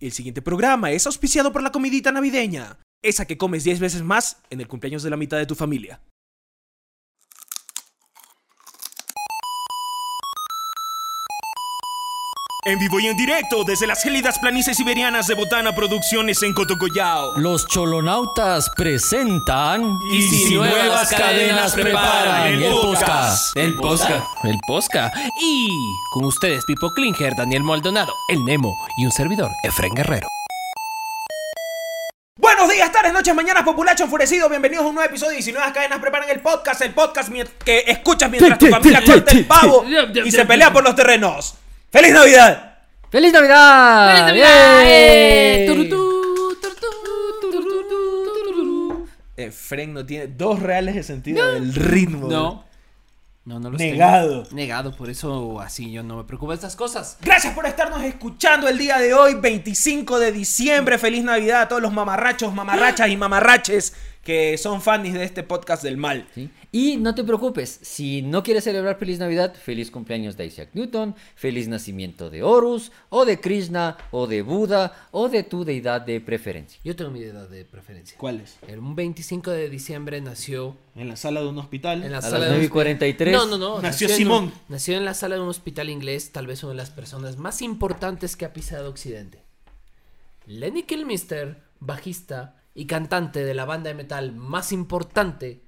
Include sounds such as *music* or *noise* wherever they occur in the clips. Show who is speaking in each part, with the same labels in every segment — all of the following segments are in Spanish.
Speaker 1: El siguiente programa es auspiciado por la comidita navideña, esa que comes 10 veces más en el cumpleaños de la mitad de tu familia. En vivo y en directo desde las gélidas planicies siberianas de Botana Producciones en Cotocollao.
Speaker 2: Los cholonautas presentan.
Speaker 3: Y si nuevas cadenas preparan el podcast.
Speaker 2: El podcast.
Speaker 3: El Posca. Y con ustedes, Pipo Klinger, Daniel Maldonado, el Nemo y un servidor, Efren Guerrero.
Speaker 1: Buenos días, tardes, noches, mañanas, populacho enfurecido. Bienvenidos a un nuevo episodio. Y si nuevas cadenas preparan el podcast, el podcast mi- que escuchas mientras tu familia corta el pavo y se pelea por los terrenos. ¡Feliz Navidad!
Speaker 2: ¡Feliz Navidad!
Speaker 4: ¡Feliz Navidad!
Speaker 2: Ah, ¡Yay!
Speaker 4: Eh, turutú, turutú, turutú, turutú.
Speaker 1: Eh, Frank no tiene dos reales de sentido del ritmo.
Speaker 3: No. No, no lo
Speaker 1: Negado.
Speaker 3: Negado, por eso así yo no me preocupo de estas cosas.
Speaker 1: Gracias por estarnos escuchando el día de hoy, 25 de diciembre. Feliz Navidad a todos los mamarrachos, mamarrachas y mamarraches que son fanis de este podcast del mal.
Speaker 2: Sí. Y no te preocupes, si no quieres celebrar Feliz Navidad, feliz cumpleaños de Isaac Newton, feliz nacimiento de Horus, o de Krishna, o de Buda, o de tu deidad de preferencia.
Speaker 3: Yo tengo mi edad de preferencia.
Speaker 1: ¿Cuáles?
Speaker 3: El 25 de diciembre nació
Speaker 1: En la sala de un hospital.
Speaker 3: en la
Speaker 2: A
Speaker 3: sala
Speaker 2: las
Speaker 3: de un
Speaker 2: 9:43.
Speaker 3: No, no, no.
Speaker 1: Nació
Speaker 3: en un-
Speaker 1: Simón.
Speaker 3: nació en la sala de un hospital inglés, tal vez una de las personas más importantes que ha pisado Occidente. Lenny Kilmister, bajista y cantante de la banda de metal más importante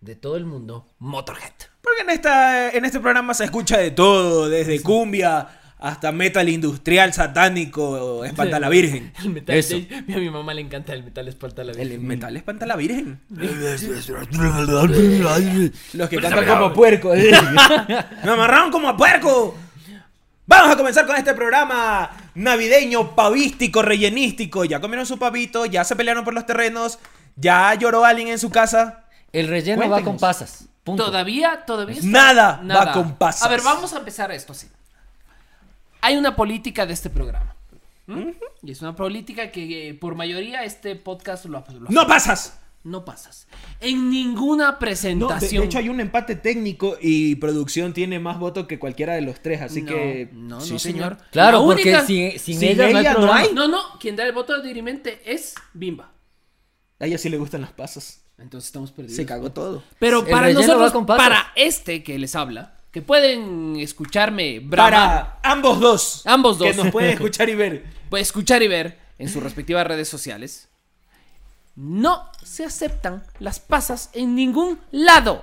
Speaker 3: de todo el mundo, Motorhead.
Speaker 1: Porque en, esta, en este programa se escucha de todo, desde cumbia hasta metal industrial satánico, espanta a la virgen.
Speaker 3: El metal.
Speaker 2: Eso.
Speaker 3: *laughs* a mi mamá le encanta el metal espalda la
Speaker 1: El
Speaker 3: vida.
Speaker 1: metal espanta a la virgen.
Speaker 2: Feliz
Speaker 1: Los que cantan como puerco. ¿eh? *laughs* Me amarraron como a puerco. Vamos a comenzar con este programa navideño, pavístico, rellenístico. Ya comieron su pavito, ya se pelearon por los terrenos, ya lloró alguien en su casa.
Speaker 2: El relleno va con
Speaker 3: Cuéntenos.
Speaker 2: pasas. Punto.
Speaker 3: Todavía, todavía. está-
Speaker 1: Nada va con pasas.
Speaker 3: A ver, vamos a empezar esto así. Hay una política de este programa. ¿m? Y es una política que eh, por mayoría este podcast lo, lo-
Speaker 1: ¡No pasas!
Speaker 3: no pasas. En ninguna
Speaker 1: No, de,
Speaker 3: presentación.
Speaker 1: de hecho hay un empate técnico y producción tiene más votos que cualquiera de los tres, así
Speaker 3: No,
Speaker 1: que...
Speaker 3: no,
Speaker 1: sí,
Speaker 3: no, señor.
Speaker 2: Claro,
Speaker 3: La
Speaker 2: porque
Speaker 3: única-
Speaker 2: sin, sin
Speaker 1: sin
Speaker 2: ella,
Speaker 1: ella no
Speaker 2: no
Speaker 1: hay.
Speaker 2: hay.
Speaker 3: No, no, quien da el voto de dirimente es Bimba.
Speaker 1: A ella sí le gustan las pasas.
Speaker 3: Entonces estamos perdidos.
Speaker 1: Se cagó todo.
Speaker 3: Pero
Speaker 2: El
Speaker 3: para
Speaker 2: relleno
Speaker 3: nosotros,
Speaker 2: va con pasas.
Speaker 3: para este que les habla, que pueden escucharme bramar,
Speaker 1: Para ambos dos.
Speaker 3: Ambos
Speaker 1: Que
Speaker 3: dos.
Speaker 1: nos pueden escuchar y ver.
Speaker 3: pueden escuchar y ver en sus respectivas redes sociales, no se aceptan las pasas en ningún lado.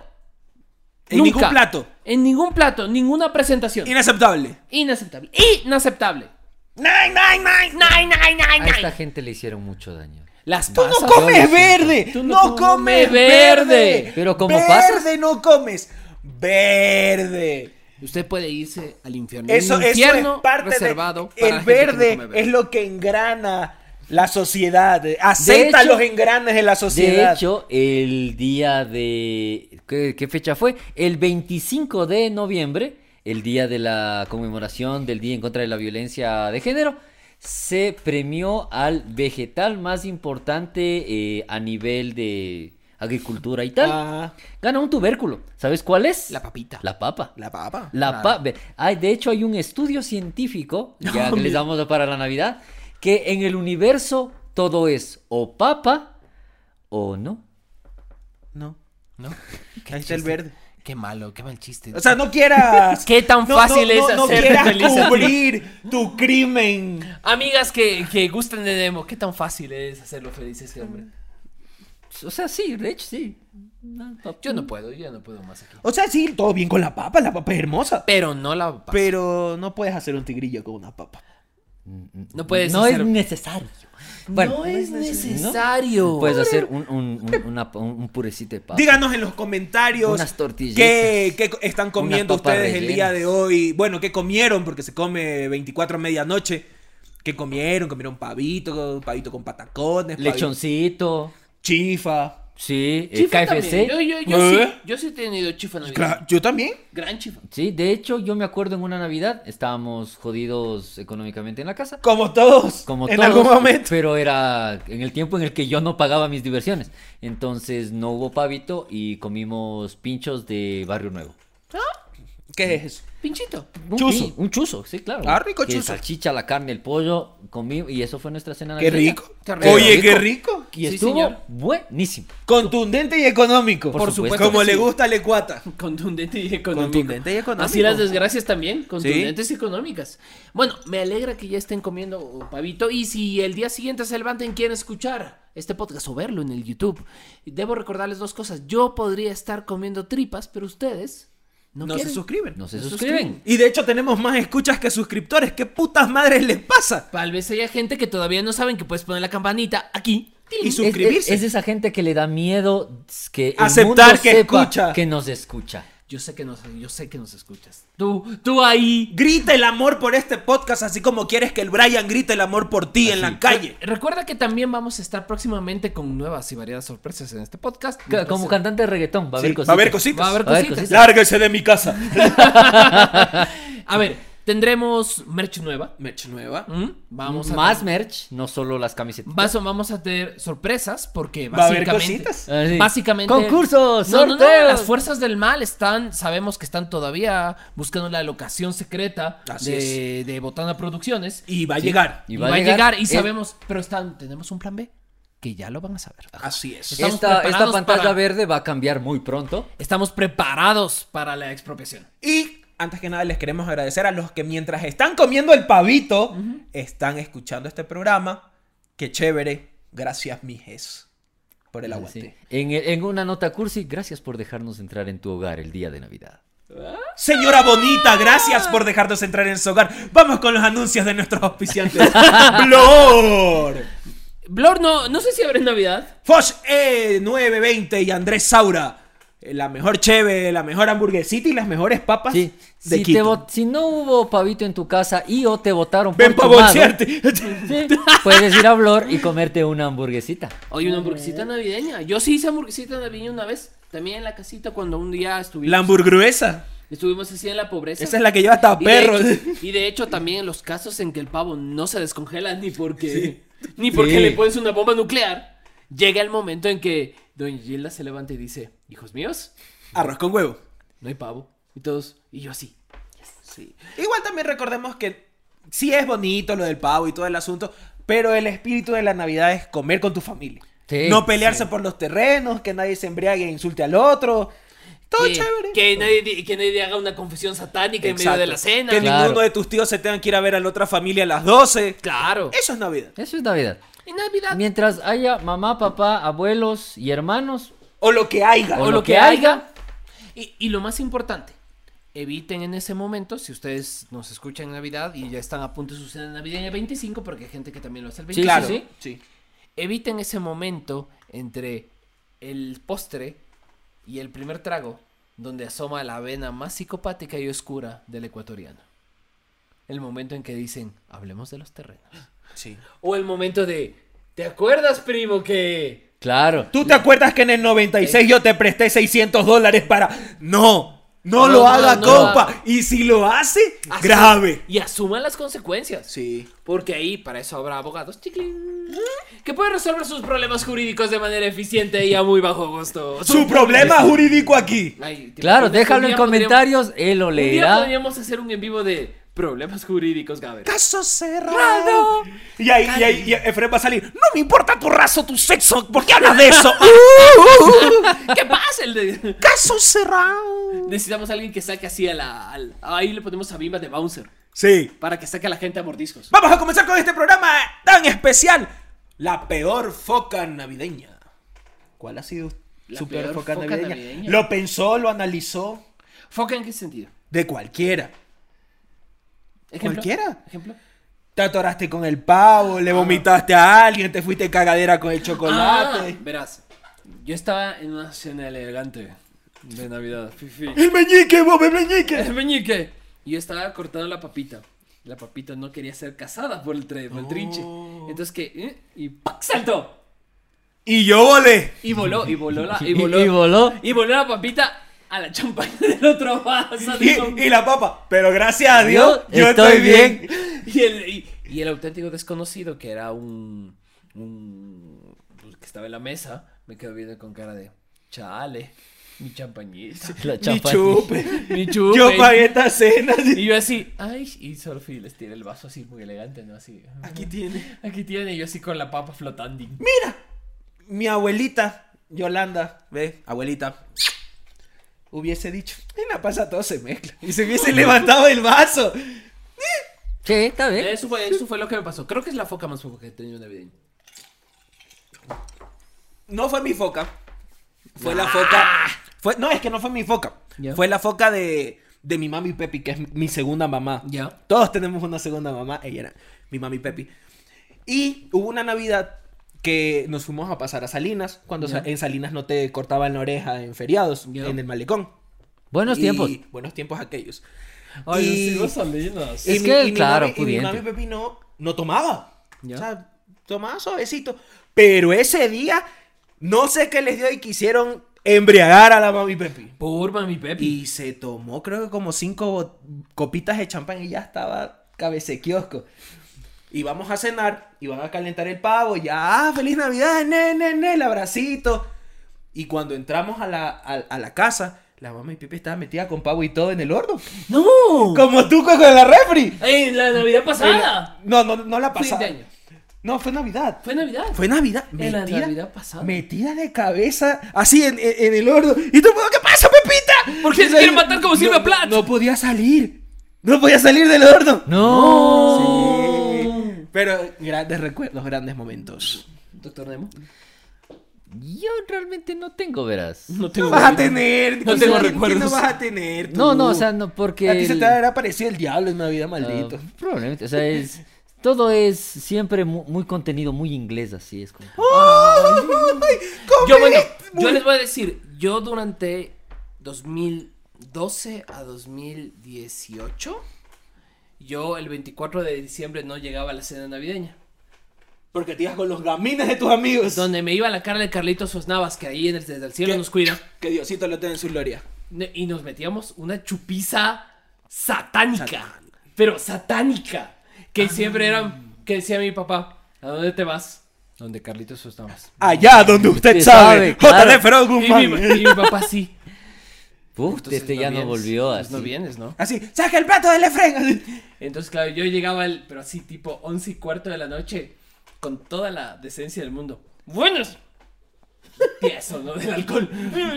Speaker 1: En
Speaker 3: Nunca.
Speaker 1: ningún plato.
Speaker 3: En ningún plato, ninguna presentación.
Speaker 1: Inaceptable.
Speaker 3: Inaceptable. Inaceptable.
Speaker 1: Nine, nine, nine, nine, nine, nine,
Speaker 2: A esta gente le hicieron mucho daño.
Speaker 3: Las
Speaker 1: Tú
Speaker 3: pasas.
Speaker 1: no comes
Speaker 2: Dios,
Speaker 1: verde,
Speaker 3: Tú
Speaker 1: no,
Speaker 3: no
Speaker 1: comes
Speaker 3: comes
Speaker 1: verde.
Speaker 3: verde.
Speaker 2: Pero como
Speaker 1: verde
Speaker 2: pasas.
Speaker 1: no comes verde.
Speaker 3: Usted puede irse al infierno.
Speaker 1: Eso,
Speaker 3: Un
Speaker 1: eso es
Speaker 3: infierno
Speaker 1: parte
Speaker 3: reservado
Speaker 1: de el
Speaker 3: para la gente que no
Speaker 1: verde
Speaker 3: come
Speaker 1: es lo que engrana la sociedad. Acepta
Speaker 2: hecho-
Speaker 1: los engranes de la
Speaker 2: De
Speaker 1: sociedad.
Speaker 2: hecho, el día de... ¿Qué, qué fecha fue? El 25 de noviembre, el día de la conmemoración del Día en contra de la Violencia de Género, se premió al vegetal más importante eh, a nivel de agricultura y tal.
Speaker 1: Ah,
Speaker 2: Gana un tubérculo. ¿Sabes cuál es?
Speaker 3: La papita.
Speaker 2: La papa.
Speaker 1: la papa.
Speaker 2: La pa- ve- hay- de hecho, hay un
Speaker 3: *laughs*
Speaker 2: estudio científico, ya que les damos para la Navidad, que en el universo todo es o papa o no.
Speaker 1: No.
Speaker 3: ¿No? Qué
Speaker 1: Ahí está el
Speaker 3: chiste.
Speaker 1: verde.
Speaker 3: Qué malo, qué mal chiste.
Speaker 1: O sea, no quieras.
Speaker 3: *laughs* Qué tan
Speaker 1: no-
Speaker 3: fácil
Speaker 1: no-
Speaker 3: es
Speaker 1: no-
Speaker 3: hacer
Speaker 1: No
Speaker 3: feliz
Speaker 1: quieras
Speaker 3: a ti.
Speaker 1: cubrir tu crimen.
Speaker 3: Amigas que, que gustan de Nemo, qué tan fácil es hacerlo feliz a este hombre.
Speaker 2: O sea, sí, de hecho, sí. No, pap-
Speaker 3: Yo no puedo, yo ya no puedo más aquí.
Speaker 1: O sea, sí, todo bien con la papa. La papa es hermosa.
Speaker 3: Pero no la paso.
Speaker 1: Pero no puedes hacer un tigrillo con una papa.
Speaker 3: no puedes
Speaker 2: no
Speaker 3: hacer-
Speaker 2: es necesario. Bueno,
Speaker 3: no es necesario.
Speaker 2: Puedes hacer un, un, un- una- un- un purecito de papa.
Speaker 1: Díganos en los comentarios
Speaker 2: Unas tortillitas.
Speaker 1: qué, qué están comiendo
Speaker 2: Unas papas
Speaker 1: ustedes el día
Speaker 2: rellenas.
Speaker 1: de hoy. Bueno, qué comieron, porque se come 24 a medianoche. ¿Qué comieron? Comieron pavito, pavito con patacones, pavito-
Speaker 2: Lechoncito,
Speaker 1: chifa.
Speaker 2: sí, eh,
Speaker 3: Chifa también.
Speaker 2: KFC.
Speaker 3: Yo, yo, yo
Speaker 1: ¿Eh?
Speaker 3: sí, yo sí he tenido chifa navideña.
Speaker 1: Claro, yo también.
Speaker 3: Gran chifa.
Speaker 2: Sí, de hecho, yo me acuerdo en una Navidad, estábamos jodidos económicamente en la casa.
Speaker 1: Como todos.
Speaker 2: como
Speaker 1: en
Speaker 2: todos,
Speaker 1: algún momento.
Speaker 2: Pero era en el tiempo en el que yo no pagaba mis diversiones. Entonces no hubo pavito y comimos pinchos de Barrio Nuevo.
Speaker 1: ¿Qué es eso?
Speaker 3: Pinchito.
Speaker 2: Un
Speaker 1: Chuzo.
Speaker 2: pi- Un chuzo, sí, claro.
Speaker 1: Ah, rico
Speaker 2: Que
Speaker 1: chuzo.
Speaker 2: Salchicha, la carne, el pollo, comí y eso fue nuestra cena.
Speaker 1: Qué
Speaker 2: navideña.
Speaker 1: rico.
Speaker 3: Qué rico.
Speaker 1: Oye, qué rico.
Speaker 2: Y
Speaker 3: Sí,
Speaker 2: estuvo
Speaker 3: señor.
Speaker 2: buenísimo.
Speaker 1: Contundente y económico.
Speaker 2: Por supuesto
Speaker 1: Como
Speaker 3: que
Speaker 1: le
Speaker 3: sí.
Speaker 1: gusta, le cuata.
Speaker 3: Contundente y económico.
Speaker 1: Contundente y económico.
Speaker 3: Así las desgracias también, contundentes y económicas. Bueno, me alegra que ya estén comiendo oh, pavito. Y si el día siguiente se levanten, quieren escuchar este podcast o verlo en el YouTube, debo recordarles dos cosas. Yo podría estar comiendo tripas, pero ustedes no,
Speaker 1: No se
Speaker 3: quieren.
Speaker 1: suscriben.
Speaker 2: No se
Speaker 3: Se
Speaker 2: suscriben.
Speaker 1: Y de hecho tenemos más escuchas que suscriptores. ¿Qué putas madres les pasa?
Speaker 3: Tal vez haya gente que todavía no saben que puedes poner la campanita aquí.
Speaker 1: Y
Speaker 2: Es- Es,
Speaker 1: suscribirse.
Speaker 2: es esa gente que le da miedo que el
Speaker 1: Aceptar
Speaker 2: mundo
Speaker 1: que
Speaker 2: sepa
Speaker 1: escucha.
Speaker 2: que nos escucha.
Speaker 3: Yo sé que nos, yo sé que nos escuchas. Tú, tú ahí.
Speaker 1: Grita el amor por este podcast, así como quieres que el Brian grite el amor por ti en la calle.
Speaker 3: Re- Recuerda que también vamos a estar próximamente con nuevas y variadas sorpresas en este podcast.
Speaker 2: Ca- Como
Speaker 3: Entonces,
Speaker 2: cantante de reggaetón, va a
Speaker 1: Sí, va
Speaker 2: haber
Speaker 1: a
Speaker 2: cositas.
Speaker 1: haber cositas.
Speaker 3: Va a haber
Speaker 2: Va a haber
Speaker 3: cositas.
Speaker 2: cositas.
Speaker 1: Lárguese de mi casa.
Speaker 3: A ver, tendremos merch nueva.
Speaker 1: Merch nueva.
Speaker 3: ¿Mm? Vamos a
Speaker 2: Más merch, no solo las camisetas.
Speaker 3: Vas- vamos a tener sorpresas porque
Speaker 1: Va a haber
Speaker 3: básicamente
Speaker 1: cositas.
Speaker 2: Ah, sí.
Speaker 3: básicamente
Speaker 2: Concursos,
Speaker 3: No, no, no,
Speaker 2: sorteos.
Speaker 3: las fuerzas del mal están sabemos que están todavía buscando la locación secreta
Speaker 1: Así
Speaker 3: de, de Botana Producciones
Speaker 1: Y va a llegar.
Speaker 3: y, va, a llegar, y sabemos, pero están tenemos un plan B que ya lo van a saber.
Speaker 1: Así es.
Speaker 3: Estamos
Speaker 2: Esta, esta
Speaker 3: preparados
Speaker 2: pantalla
Speaker 3: para-
Speaker 2: verde va a cambiar muy pronto.
Speaker 3: Estamos preparados para la expropiación.
Speaker 1: Y antes que nada les queremos agradecer a los que mientras están comiendo el pavito, están escuchando este programa. Qué chévere. Gracias, mijes, por el aguante.
Speaker 2: Sí. En, en una nota cursi, gracias por dejarnos entrar en tu hogar el día de Navidad.
Speaker 1: Señora bonita, gracias por dejarnos entrar en su hogar. Vamos con los anuncios de nuestros
Speaker 2: *laughs*
Speaker 1: auspiciantes. Blor,
Speaker 3: Blor, no, no sé si abre en Navidad.
Speaker 1: Foch E920 y Andrés Saura. Eh, La mejor cheve, la mejor hamburguesita y las mejores papas
Speaker 2: Sí,
Speaker 1: de
Speaker 2: si, te
Speaker 1: Quito.
Speaker 2: bot- si no hubo pavito en tu casa y o te votaron por
Speaker 1: Ven
Speaker 2: tu
Speaker 1: pa'
Speaker 2: mano,
Speaker 1: bolsearte.
Speaker 2: sí, puedes ir a Blor y comerte una hamburguesita.
Speaker 3: Hoy una hamburguesita navideña. Yo sí hice hamburguesita navideña una vez. También en la casita cuando un día
Speaker 1: *laughs*
Speaker 3: estuvimos,
Speaker 1: La hamburguesa.
Speaker 3: estuvimos así en la pobreza.
Speaker 1: Esa es la que lleva hasta
Speaker 3: Y de
Speaker 1: perros.
Speaker 3: hecho- y de hecho también los casos en que el pavo no se descongela ni porque ni porque
Speaker 2: Sí.
Speaker 3: le pones una bomba nuclear, llega el momento en que doña Gilda se levanta y dice, "Hijos míos,
Speaker 1: *laughs* Arroz con huevo.
Speaker 3: no hay pavo." Y todos, y yo así.
Speaker 1: Sí. Igual también recordemos que sí es bonito lo del pavo y todo el asunto, pero el espíritu de la Navidad es comer con tu familia.
Speaker 2: Sí,
Speaker 1: no pelearse por los terrenos, que nadie se embriague e insulte al otro. Todo
Speaker 3: que,
Speaker 1: chévere.
Speaker 3: que nadie di- que nadie haga una confesión satánica en medio
Speaker 1: Exacto.
Speaker 3: de la cena.
Speaker 1: Que
Speaker 2: Claro.
Speaker 1: ninguno de tus tíos se tengan que ir a ver a la otra familia a las 12.
Speaker 3: Claro.
Speaker 1: Eso es Navidad.
Speaker 2: Eso es Navidad.
Speaker 3: En Navidad
Speaker 2: Mientras haya mamá, papá, abuelos y hermanos,
Speaker 1: O lo que haya.
Speaker 2: O
Speaker 3: o
Speaker 2: lo
Speaker 3: lo
Speaker 2: que
Speaker 3: que haya. Y, y lo más importante, eviten en ese momento, si ustedes nos escuchan en Navidad y ya están a punto de su cena navideña 25, porque hay gente que también lo hace el
Speaker 2: Sí,
Speaker 3: 25,
Speaker 1: claro.
Speaker 2: sí,
Speaker 1: sí.
Speaker 3: eviten ese momento entre el postre y el primer trago, donde asoma la vena más psicopática y oscura del ecuatoriano. El momento en que dicen, hablemos de los terrenos.
Speaker 1: Sí.
Speaker 3: O el momento de, ¿te acuerdas, primo, que
Speaker 2: claro.
Speaker 1: ¿Tú te acuerdas que en el 96 yo te presté 600 dólares para... No, no,
Speaker 3: No,
Speaker 1: lo
Speaker 3: no,
Speaker 1: haga,
Speaker 3: no.
Speaker 1: compa. Y si lo hace,
Speaker 3: Asuma-
Speaker 1: grave.
Speaker 3: Y asuma las consecuencias.
Speaker 1: Sí.
Speaker 3: Porque ahí para eso habrá abogados chiclín, que pueden resolver sus problemas jurídicos de manera eficiente y a muy bajo costo.
Speaker 1: Su problema jurídico aquí.
Speaker 3: Ay, te-
Speaker 2: Claro,
Speaker 3: un día-
Speaker 2: déjalo
Speaker 3: un
Speaker 2: en
Speaker 3: día podríamos-
Speaker 2: comentarios, él lo
Speaker 3: Un día
Speaker 2: leerá.
Speaker 3: podríamos hacer un en vivo de problemas jurídicos, Gaber. *laughs*
Speaker 1: Caso cerrado. Y ahí, y ahí y Efraín va a salir. No me importa tu raza, tu sexo. ¿Por qué hablas de *laughs* eso?
Speaker 3: ¿Qué pasa? El de-
Speaker 1: Uh. Caso cerrado.
Speaker 3: Necesitamos a alguien que saque así a la. al- Ahí le ponemos a Bimba de Bouncer.
Speaker 1: Sí.
Speaker 3: Para que saque a la gente a mordiscos.
Speaker 1: Vamos a comenzar con este programa tan especial. La peor foca navideña. ¿Cuál ha sido
Speaker 3: La
Speaker 1: su peor,
Speaker 3: peor
Speaker 1: foca,
Speaker 3: foca
Speaker 1: navideña?
Speaker 3: navideña.
Speaker 1: Lo pensó, lo analizó.
Speaker 3: ¿Foca en qué sentido?
Speaker 1: De cualquiera.
Speaker 3: ¿Ejemplo?
Speaker 1: ¿Cualquiera?
Speaker 3: ¿Ejemplo?
Speaker 1: Te atoraste con el pavo, le vomitaste a alguien, te fuiste cagadera con el chocolate.
Speaker 3: Ah, verás, yo estaba en una cena elegante de Navidad.
Speaker 2: *laughs*
Speaker 3: Fifi.
Speaker 1: El meñique, Bob, el meñique.
Speaker 3: El meñique. Y yo estaba cortando la papita. La papita no quería ser cazada por el, tre- por el trinche.
Speaker 2: Oh.
Speaker 3: Entonces que. ¿eh? Y ¡pac! saltó.
Speaker 1: Y yo volé.
Speaker 3: Y voló, y voló la.
Speaker 2: *laughs* Y-
Speaker 3: Y voló,
Speaker 2: y voló.
Speaker 3: y voló la papita a la champaña *laughs* del otro
Speaker 2: *laughs*
Speaker 3: vaso. digo.
Speaker 1: Y, y la papa. Pero gracias a Dios,
Speaker 2: Yo
Speaker 1: yo estoy,
Speaker 2: estoy
Speaker 1: bien.
Speaker 3: Y el, y, y el auténtico desconocido, que era un. un- pues, que estaba en la mesa, me quedó viendo con cara de. Chale. Mi champañita.
Speaker 2: La
Speaker 1: Mi
Speaker 3: *laughs*
Speaker 2: chapa.
Speaker 1: chupe.
Speaker 3: Mi chupe.
Speaker 1: Yo pagué esta cena.
Speaker 3: Y yo así, ay, y Sophie les tiene el vaso así muy elegante, ¿no? Así.
Speaker 1: Aquí tiene.
Speaker 3: Aquí tiene, y yo así con la papa flotando.
Speaker 1: Mi abuelita, Yolanda, ve, abuelita. Hubiese dicho, en la pasa todo se mezcla. Y se hubiese levantado el vaso.
Speaker 2: Sí, está bien.
Speaker 3: Eso fue, eso fue lo que me pasó. Creo que es la foca más foca que he tenido en navideño.
Speaker 1: No fue mi foca. Fue la foca. Fue, no, es que no fue mi foca.
Speaker 3: Ya.
Speaker 1: Fue la foca de, de mi mami Pepi, que es mi segunda mamá.
Speaker 3: Ya.
Speaker 1: Todos tenemos una segunda mamá. Ella era mi mami Pepi. Y hubo una Navidad que nos fuimos a pasar a Salinas. Cuando
Speaker 3: Ya.
Speaker 1: sa- en Salinas no te cortaban la oreja en feriados,
Speaker 3: Ya.
Speaker 1: en el malecón.
Speaker 2: Buenos
Speaker 1: Y-
Speaker 2: tiempos.
Speaker 1: Buenos tiempos aquellos. Y-
Speaker 3: Ay, los salinas.
Speaker 2: Es que, claro,
Speaker 1: mami, y mi
Speaker 2: pudiente.
Speaker 1: mami Pepi no, no tomaba.
Speaker 3: Ya.
Speaker 1: O sea, tomaba suavecito. Pero ese día, no sé qué les dio y quisieron embriagar a la mami Pepi.
Speaker 3: Por mami Pepi.
Speaker 1: Y se tomó, creo que como cinco bo- copitas de champán y ya estaba cabece kiosco. Y vamos a cenar, y van a calentar el pavo, y ya, ah, feliz Navidad, ne, ne, ne, el abracito. Y cuando entramos a la, a, a la casa, la mami Pepi estaba metida con pavo y todo en el horno.
Speaker 3: ¡No!
Speaker 1: Como tú con la refri.
Speaker 3: ¡En la Navidad pasada!
Speaker 1: No, no, no la
Speaker 3: Fin de
Speaker 1: pasada.
Speaker 3: año.
Speaker 1: No, fue Navidad.
Speaker 3: Fue Navidad.
Speaker 1: Fue Navidad.
Speaker 3: En la
Speaker 1: Metida,
Speaker 3: Navidad pasada.
Speaker 1: Metida de cabeza, así en, en- en el horno. ¿Y tú, ¿qué pasa, Pepita?
Speaker 3: ¿Por qué se
Speaker 1: No,
Speaker 3: quiere matar como
Speaker 1: no,
Speaker 3: Silvia
Speaker 1: no,
Speaker 3: Plath?
Speaker 1: No podía salir. No podía salir del horno.
Speaker 2: No.
Speaker 1: Sí. Pero grandes recuerdos, grandes momentos.
Speaker 3: Doctor Nemo.
Speaker 2: Yo realmente no tengo, verás.
Speaker 3: No tengo.
Speaker 1: vas a tener.
Speaker 3: No
Speaker 1: ¿qué-
Speaker 3: tengo
Speaker 1: qué
Speaker 3: recuerdos.
Speaker 1: no vas a tener? tú?
Speaker 2: No, no, o sea, no, porque.
Speaker 1: A ti se
Speaker 2: el-
Speaker 1: te habrá parecido el diablo en Navidad,
Speaker 2: ah,
Speaker 1: maldito.
Speaker 2: probablemente. O sea, es. Todo es siempre mu- muy, contenido, muy inglés, así es como.
Speaker 1: Oh, Ay, ¿cómo
Speaker 3: Yo, bueno,
Speaker 1: es?
Speaker 3: yo les voy a decir, yo durante 2012 a 2018, yo el 24 de diciembre no llegaba a la cena navideña.
Speaker 1: Porque te ibas con los gamines de tus amigos.
Speaker 3: Donde me iba la cara de Carlitos Osnavas, que ahí en el- desde el cielo
Speaker 1: ¿Qué?
Speaker 3: nos cuida.
Speaker 1: Que Diosito lo tenga en su gloria.
Speaker 3: Ne- Y nos metíamos una chupiza satánica. Ah. Pero satánica. Que siempre era, que decía mi papá, ¿a dónde te vas? Donde Carlitos Osnavas.
Speaker 1: Allá donde usted
Speaker 2: Sí,
Speaker 1: sabe.
Speaker 2: sabe, claro.
Speaker 1: JD Ferón
Speaker 3: Y mi,
Speaker 1: Guzmán.
Speaker 3: y mi papá sí.
Speaker 2: Puf, este ya no
Speaker 3: vienes,
Speaker 2: volvió
Speaker 3: entonces
Speaker 2: así.
Speaker 3: No vienes, ¿no?
Speaker 1: Así, saca el plato del Efraín. Así.
Speaker 3: Entonces, claro, yo llegaba, el, pero así tipo 11 y cuarto de la noche, con toda la decencia del mundo. ¡Buenos! Tieso, ¿no? Del alcohol.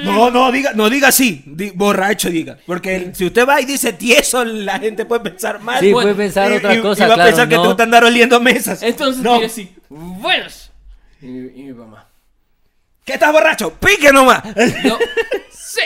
Speaker 1: No, no, diga, no diga así. di- borracho diga. Porque el- si usted va y dice tieso, la gente puede pensar mal.
Speaker 2: Sí,
Speaker 1: Bueno,
Speaker 2: puede pensar
Speaker 1: y-
Speaker 2: otra
Speaker 1: y-
Speaker 2: cosa,
Speaker 1: Y va
Speaker 2: claro,
Speaker 1: a pensar que
Speaker 2: ¿no?
Speaker 1: tú te andas oliendo mesas.
Speaker 3: Entonces,
Speaker 1: no.
Speaker 3: yo así, ¡buenos! Y, mi- y mi mamá,
Speaker 1: ¿Qué estás borracho? Pique nomás.
Speaker 3: ¡no! ¡Sí!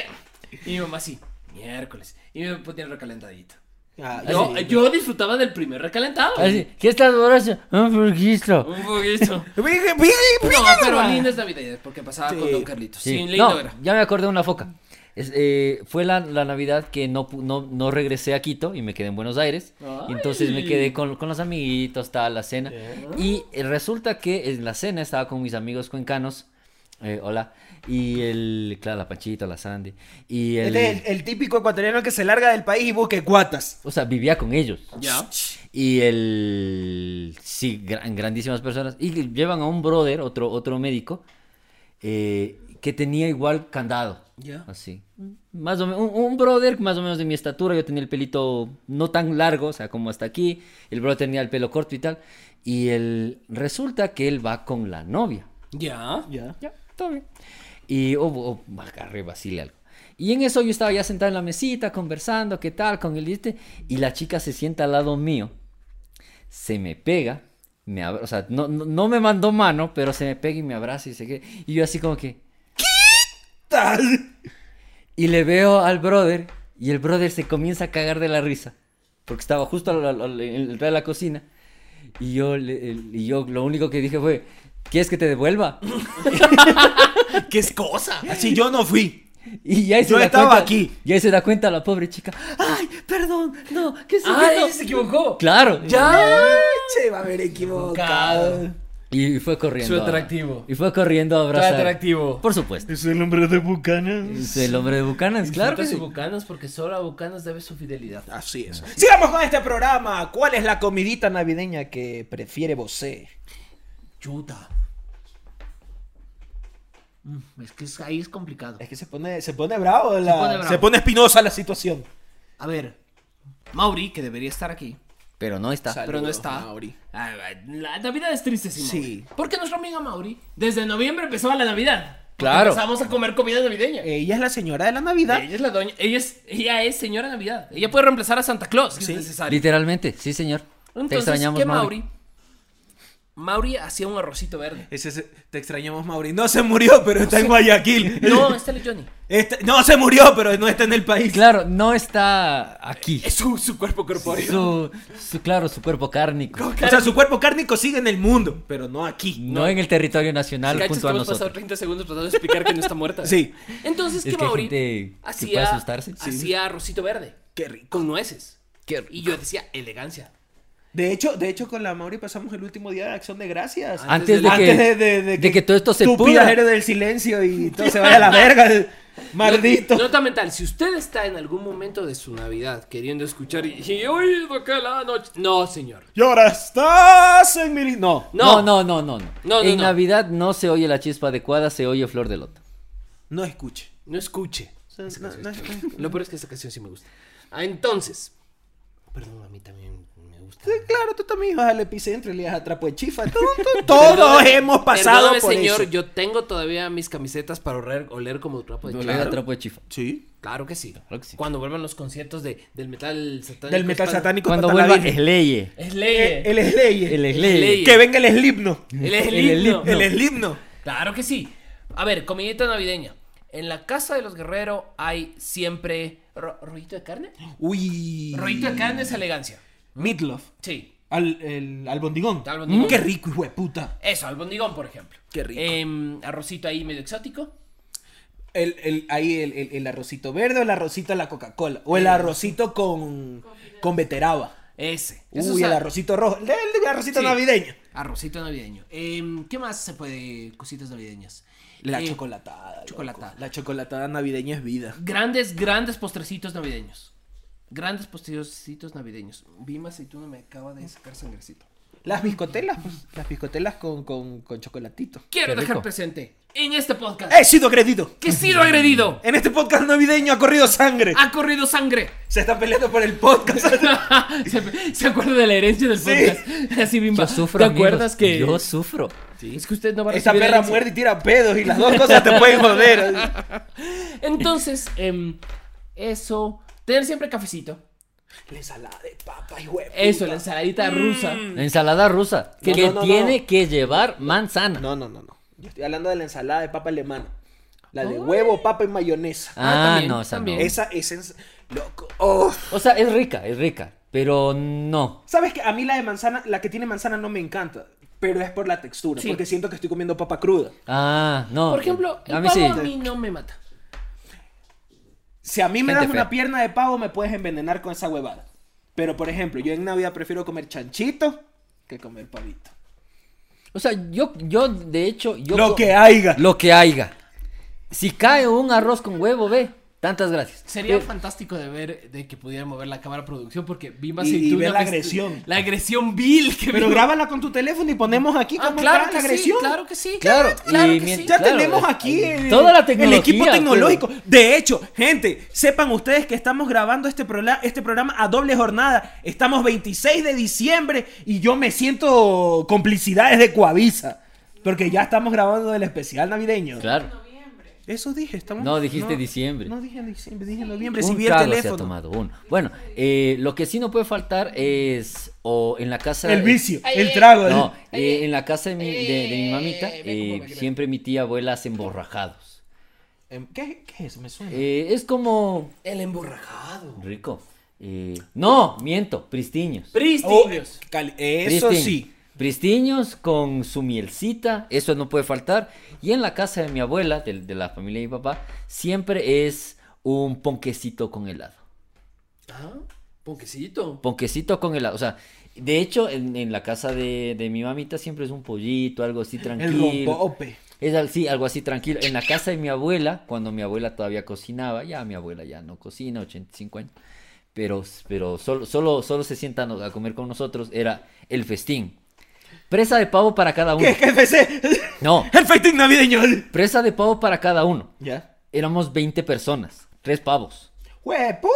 Speaker 3: Y mi mamá así, miércoles. Y me ponía el recalentadito.
Speaker 1: Ah,
Speaker 3: Yo,
Speaker 1: sí.
Speaker 3: yo disfrutaba del primer recalentado.
Speaker 2: Así, ¿Qué estás borracho? "Ah, pues, Un registro.
Speaker 3: Un poquito.
Speaker 1: Pique, pique, pique
Speaker 3: No, pero
Speaker 1: nomás.
Speaker 3: lindas navidades, porque pasaba
Speaker 1: Sí.
Speaker 3: con Don Carlitos. Pues Sí,
Speaker 2: Sí.
Speaker 3: lindo
Speaker 2: No,
Speaker 3: era.
Speaker 2: ya me acordé de una foca. Es, eh, fue la, la Navidad que no, pu- no, no regresé a Quito y me quedé en Buenos Aires. Y entonces me
Speaker 3: Ay.
Speaker 2: quedé con, con los amiguitos, estaba la cena. Y eh, resulta que en la cena estaba con mis amigos cuencanos. eh, hola. Y el, claro, la Panchita, la Sandy. Y el,
Speaker 1: Este es el, el típico ecuatoriano que se larga del país y busque cuatas.
Speaker 2: o sea, vivía con ellos.
Speaker 3: Ya.
Speaker 2: Y el. Sí, gran- grandísimas personas. Y llevan a un brother, otro, otro médico, eh, que tenía igual candado.
Speaker 3: Ya.
Speaker 2: Así. Mm. Más o menos. Un, un brother más o menos de mi estatura. Yo tenía el pelito no tan largo, o sea, como hasta aquí. El brother tenía el pelo corto y tal. Y el. Resulta que él va con la novia.
Speaker 3: Ya.
Speaker 1: Ya.
Speaker 2: Ya, todo bien. Y oh, oh, agarré, vacile algo. Y en eso yo estaba ya sentado en la mesita, conversando, qué tal, con el este, y la chica se sienta al lado mío, se me pega, me abra- o sea, no, no, no me mandó mano, pero se me pega y me abraza y se que Y yo así como que, y le veo al brother, y el brother se comienza a cagar de la risa, porque estaba justo al, al- al- en el- en la cocina, y yo, le- el- y yo lo único que dije fue, ¿quieres que te devuelva?
Speaker 1: *laughs*
Speaker 2: *laughs*
Speaker 1: ¿Qué es cosa? Así yo no fui.
Speaker 2: Y ya se
Speaker 1: Yo
Speaker 2: da
Speaker 1: estaba
Speaker 2: cuenta,
Speaker 1: aquí.
Speaker 2: Y ahí se da cuenta la pobre chica. Ay, perdón, no, que se
Speaker 3: Ah, ella se equivocó.
Speaker 2: Claro.
Speaker 3: Ya.
Speaker 1: Se va a haber equivocado.
Speaker 2: Y fue corriendo.
Speaker 3: Su
Speaker 2: a-
Speaker 3: atractivo.
Speaker 2: Y fue corriendo a abrazar.
Speaker 3: atractivo.
Speaker 2: Por supuesto.
Speaker 1: Es el hombre de Buchanan.
Speaker 2: Es el hombre de Bucanas,
Speaker 3: Claro
Speaker 2: Pues, claro que sí.
Speaker 3: Bucanas porque solo a Bucanas debe su fidelidad.
Speaker 1: Así es. Sigamos con este programa. ¿Cuál es la comidita navideña que prefiere vosé?
Speaker 3: Chuta.
Speaker 5: Mm, Es que es- ahí es complicado.
Speaker 2: Eh.
Speaker 1: Es que se pone, se pone bravo la-
Speaker 5: pone bravo.
Speaker 1: se pone espinosa la situación.
Speaker 5: A ver, Mauri, que debería estar aquí,
Speaker 2: Pero no está.
Speaker 5: pero no
Speaker 6: Saludos,
Speaker 5: está.
Speaker 6: Mauri.
Speaker 3: Ah, La Navidad es triste sin
Speaker 5: Sí.
Speaker 3: Mauri. Porque nuestra amiga Mauri, desde noviembre empezó la Navidad. Porque
Speaker 2: Claro. Eh,
Speaker 3: Empezamos a comer comida navideña.
Speaker 1: Eh, Ella es la señora de la Navidad.
Speaker 3: Ella es la doña. Ella es, ella es señora Navidad. Ella puede reemplazar a Santa Claus, si es necesario.
Speaker 2: Literalmente, sí, señor. Te
Speaker 3: Entonces,
Speaker 2: extrañamos,
Speaker 3: ¿qué
Speaker 2: Mauri.
Speaker 3: Mauri? Mauri hacía un arrocito
Speaker 2: *laughs*
Speaker 3: verde.
Speaker 1: Ese es- te extrañamos, Mauri. No se murió, pero está en Guayaquil.
Speaker 3: No, este es Johnny.
Speaker 1: Este- no se murió, pero no está en el país.
Speaker 2: Claro, no está aquí.
Speaker 6: Es su, su cuerpo corpóreo.
Speaker 2: Su, su- claro, su cuerpo cárnico.
Speaker 1: O sea, su cuerpo cárnico sigue en el mundo, pero no aquí.
Speaker 2: No en el territorio nacional
Speaker 6: ¿Cachas
Speaker 2: junto
Speaker 6: que
Speaker 2: a
Speaker 6: hemos pasado
Speaker 2: nosotros.
Speaker 6: 30 segundos tratando de explicar que no está
Speaker 2: *laughs*
Speaker 6: muerta?
Speaker 1: Sí.
Speaker 3: Entonces,
Speaker 2: Es
Speaker 3: ¿qué
Speaker 2: que hay
Speaker 3: Mauri?
Speaker 2: gente que
Speaker 3: hacía,
Speaker 2: puede asustarse. Sí.
Speaker 3: Hacía arrocito verde.
Speaker 1: Qué rico.
Speaker 3: Con nueces. Y yo decía, elegancia.
Speaker 1: De hecho, de hecho, con la Mauri pasamos el último día de Acción de Gracias.
Speaker 2: Antes de, que,
Speaker 1: Antes de, de- de
Speaker 2: de que todo esto se
Speaker 1: tú
Speaker 2: pudra.
Speaker 1: pidas héroe del silencio y todo se vaya a la verga. el Maldito.
Speaker 3: Nota mental, si usted está en algún momento de su Navidad queriendo escuchar y, y he oído que la noche... No, señor.
Speaker 1: Y ahora estás en mi... No.
Speaker 2: No,
Speaker 3: No.
Speaker 2: no, no, no. no.
Speaker 3: No, no,
Speaker 2: en
Speaker 3: no.
Speaker 2: Navidad no se oye la chispa adecuada, se oye flor de loto.
Speaker 1: No escuche.
Speaker 3: No escuche.
Speaker 1: O sea, no- no-
Speaker 3: *laughs* Lo peor es que esta canción sí me gusta. Ah, entonces. Perdón, a mí también me gusta.
Speaker 1: Sí, claro, tú también ibas al epicentro y le ibas a trapo de chifa. Tú- tú- Todos hemos pasado
Speaker 3: Perdóname,
Speaker 1: por
Speaker 3: señor,
Speaker 1: eso.
Speaker 3: yo tengo todavía mis camisetas para oler, oler como trapo de
Speaker 2: Claro.
Speaker 3: chifa.
Speaker 2: Llega Pues trapo de chifa.
Speaker 1: Sí.
Speaker 3: Claro que sí.
Speaker 2: Claro que sí.
Speaker 3: Cuando vuelvan los conciertos de, del metal satánico.
Speaker 1: Del metal
Speaker 3: hispano.
Speaker 1: satánico.
Speaker 2: Cuando
Speaker 1: pata la
Speaker 2: vuelva
Speaker 1: Virgen.
Speaker 2: Sleye.
Speaker 3: Es ley. eh.
Speaker 1: El Slayer.
Speaker 2: El Sleye.
Speaker 3: Sleye.
Speaker 1: Que venga el Slipno.
Speaker 3: Él es el,
Speaker 2: el
Speaker 3: himno.
Speaker 2: himno.
Speaker 1: El Slipno.
Speaker 3: Claro que sí. A ver, comidita navideña. En la casa de los guerreros hay siempre. ro- ¿Rollito de carne?
Speaker 1: Uy.
Speaker 3: Rollito de carne es elegancia.
Speaker 1: Meatloaf.
Speaker 3: Sí.
Speaker 1: Al, el, al bondigón.
Speaker 3: Al bondigón.
Speaker 1: Mm, Qué rico, hijo de puta.
Speaker 3: Eso, albondigón, por ejemplo.
Speaker 1: Qué rico.
Speaker 3: Em, arrocito ahí medio exótico.
Speaker 1: El, el- ahí el, el- el arrocito verde o el arrocito a la Coca-Cola. O
Speaker 3: Eh.
Speaker 1: el arrocito con, con beteraba.
Speaker 3: Ese. Eso
Speaker 1: Uy,
Speaker 3: es
Speaker 1: el
Speaker 3: a-
Speaker 1: arrocito rojo. El, el arrocito
Speaker 3: Sí.
Speaker 1: navideño.
Speaker 3: Arrocito navideño. Em, ¿Qué más se puede? Cositas navideñas.
Speaker 1: La
Speaker 3: Eh,
Speaker 1: chocolatada. loco.
Speaker 3: chocolatada.
Speaker 1: La chocolatada navideña es vida.
Speaker 3: Grandes, grandes postrecitos navideños. Grandes postrecitos navideños. Vima aceituna me acaba de sacar sangrecito.
Speaker 1: Las biscotelas, pues, las biscotelas con, con, con chocolatito. ¡Eh,
Speaker 3: Quiero
Speaker 2: Qué
Speaker 3: dejar
Speaker 2: rico.
Speaker 3: presente en este podcast
Speaker 1: He sido agredido.
Speaker 3: que he sido agredido.
Speaker 1: En este podcast navideño ha corrido sangre.
Speaker 3: Ha corrido sangre. *laughs*
Speaker 1: Se están peleando por el podcast.
Speaker 3: se, se acuerda de la herencia del podcast. *laughs* Así, Bimba.
Speaker 2: Yo sufro,
Speaker 3: ¿Te
Speaker 2: amigos,
Speaker 3: acuerdas que.?
Speaker 2: Yo sufro.
Speaker 3: Es que usted no va a
Speaker 1: Esa
Speaker 3: recibir
Speaker 1: perra
Speaker 3: herencia.
Speaker 2: *laughs*
Speaker 1: muerde y tira pedos y las dos cosas te pueden
Speaker 3: *laughs*
Speaker 1: joder.
Speaker 3: Entonces, em, eso. Tener siempre cafecito.
Speaker 1: La ensalada de papa y huevo.
Speaker 3: Eso, la ensaladita rusa.
Speaker 2: La ensalada rusa.
Speaker 1: No,
Speaker 2: que
Speaker 1: no, no,
Speaker 2: tiene
Speaker 1: no.
Speaker 2: que llevar manzana.
Speaker 1: No, no, no, no. Yo estoy hablando de la ensalada de papa alemana. La de huevo, papa y mayonesa.
Speaker 3: Ah,
Speaker 2: Ah,
Speaker 3: también,
Speaker 2: no, esa no.
Speaker 3: también.
Speaker 1: Esa es ens- loco. Oh.
Speaker 2: O sea, es rica, es rica. Pero no.
Speaker 1: ¿Sabes que a mí la de manzana, la que tiene manzana no me encanta, pero es por la textura,
Speaker 3: Sí.
Speaker 1: porque siento que estoy comiendo papa cruda.
Speaker 2: Ah, no.
Speaker 3: Por ejemplo, el
Speaker 2: a mí
Speaker 3: pavo
Speaker 2: sí.
Speaker 3: a mí no me mata.
Speaker 1: Si a mí me
Speaker 2: Gente
Speaker 1: das una
Speaker 2: fea.
Speaker 1: pierna de pavo, me puedes envenenar con esa huevada. Pero, por ejemplo, yo en Navidad prefiero comer chanchito que comer pavito.
Speaker 2: O sea, yo, yo de hecho, yo
Speaker 1: Lo
Speaker 2: co-
Speaker 1: que haya.
Speaker 2: lo que haya. Si cae un arroz con huevo, ve. Tantas gracias.
Speaker 3: Sería
Speaker 1: Eh.
Speaker 2: Pero-
Speaker 3: fantástico de ver, de que pudiera mover la cámara de producción, porque Bimba
Speaker 1: Y- y
Speaker 3: Aceituna
Speaker 1: ver la
Speaker 3: pues,
Speaker 1: agresión.
Speaker 3: La agresión vil que
Speaker 1: Pero
Speaker 3: vimos.
Speaker 1: grábala con tu teléfono y ponemos aquí
Speaker 3: Ah,
Speaker 1: como
Speaker 3: claro que
Speaker 1: la
Speaker 3: sí,
Speaker 1: agresión.
Speaker 3: claro que sí.
Speaker 2: Claro,
Speaker 3: claro que
Speaker 2: y
Speaker 3: sí.
Speaker 2: mien-
Speaker 1: Ya
Speaker 2: Claro,
Speaker 1: tenemos
Speaker 2: eh,
Speaker 1: aquí
Speaker 2: eh,
Speaker 1: el,
Speaker 2: toda la
Speaker 1: el equipo
Speaker 2: tecnología,
Speaker 1: tecnológico. De hecho, gente, sepan ustedes que estamos grabando este, prola- este programa a doble jornada. Estamos 26 de diciembre y yo me siento complicidades de Coavisa. Porque ya estamos grabando el especial navideño.
Speaker 2: Claro.
Speaker 1: Eso dije, estamos.
Speaker 2: No, dijiste diciembre.
Speaker 1: No dije diciembre, dije noviembre.
Speaker 2: Un
Speaker 1: Si vi el
Speaker 2: trago se ha
Speaker 1: teléfono.
Speaker 2: tomado uno. Bueno, eh, lo que sí no puede faltar es o en la casa
Speaker 1: El vicio,
Speaker 3: Ay,
Speaker 1: el
Speaker 3: ay,
Speaker 1: trago. *laughs*
Speaker 2: No,
Speaker 1: el-
Speaker 2: eh, en la casa de mi, de- de mi mamita
Speaker 3: Eh, ve cómo
Speaker 2: eh,
Speaker 3: me
Speaker 2: siempre mi tía abuela hace emborrajados.
Speaker 1: Em, ¿Qué, qué es eso? Me suena.
Speaker 2: Eh, es como
Speaker 3: El emborrajado.
Speaker 2: rico. Eh, no, miento, pristiños.
Speaker 4: eh.
Speaker 3: Pristiños.
Speaker 1: Oh, cali- eso
Speaker 2: Pristiños.
Speaker 1: sí.
Speaker 2: Pristiños con su mielcita, eso no puede faltar. Y en la casa de mi abuela, de, de la familia de mi papá, siempre es un ponquecito con helado.
Speaker 3: Ah, ponquecito.
Speaker 2: Ponquecito con helado. O sea, de hecho, en, en la casa de, de mi mamita siempre es un pollito, algo así
Speaker 1: El
Speaker 2: tranquilo.
Speaker 1: rompope.
Speaker 2: Es así, algo así tranquilo. En la casa de mi abuela, cuando mi abuela todavía cocinaba, ya mi abuela ya no cocina, 85 años, pero, pero solo, solo, solo se sientan a comer con nosotros, era el festín. Presa de pavo para cada uno.
Speaker 1: ¿Qué es KFC?
Speaker 2: No,
Speaker 1: *laughs* El fighting navideño.
Speaker 2: presa de pavo para cada uno.
Speaker 1: Ya.
Speaker 2: Éramos 20 personas, tres pavos.
Speaker 1: Hueput.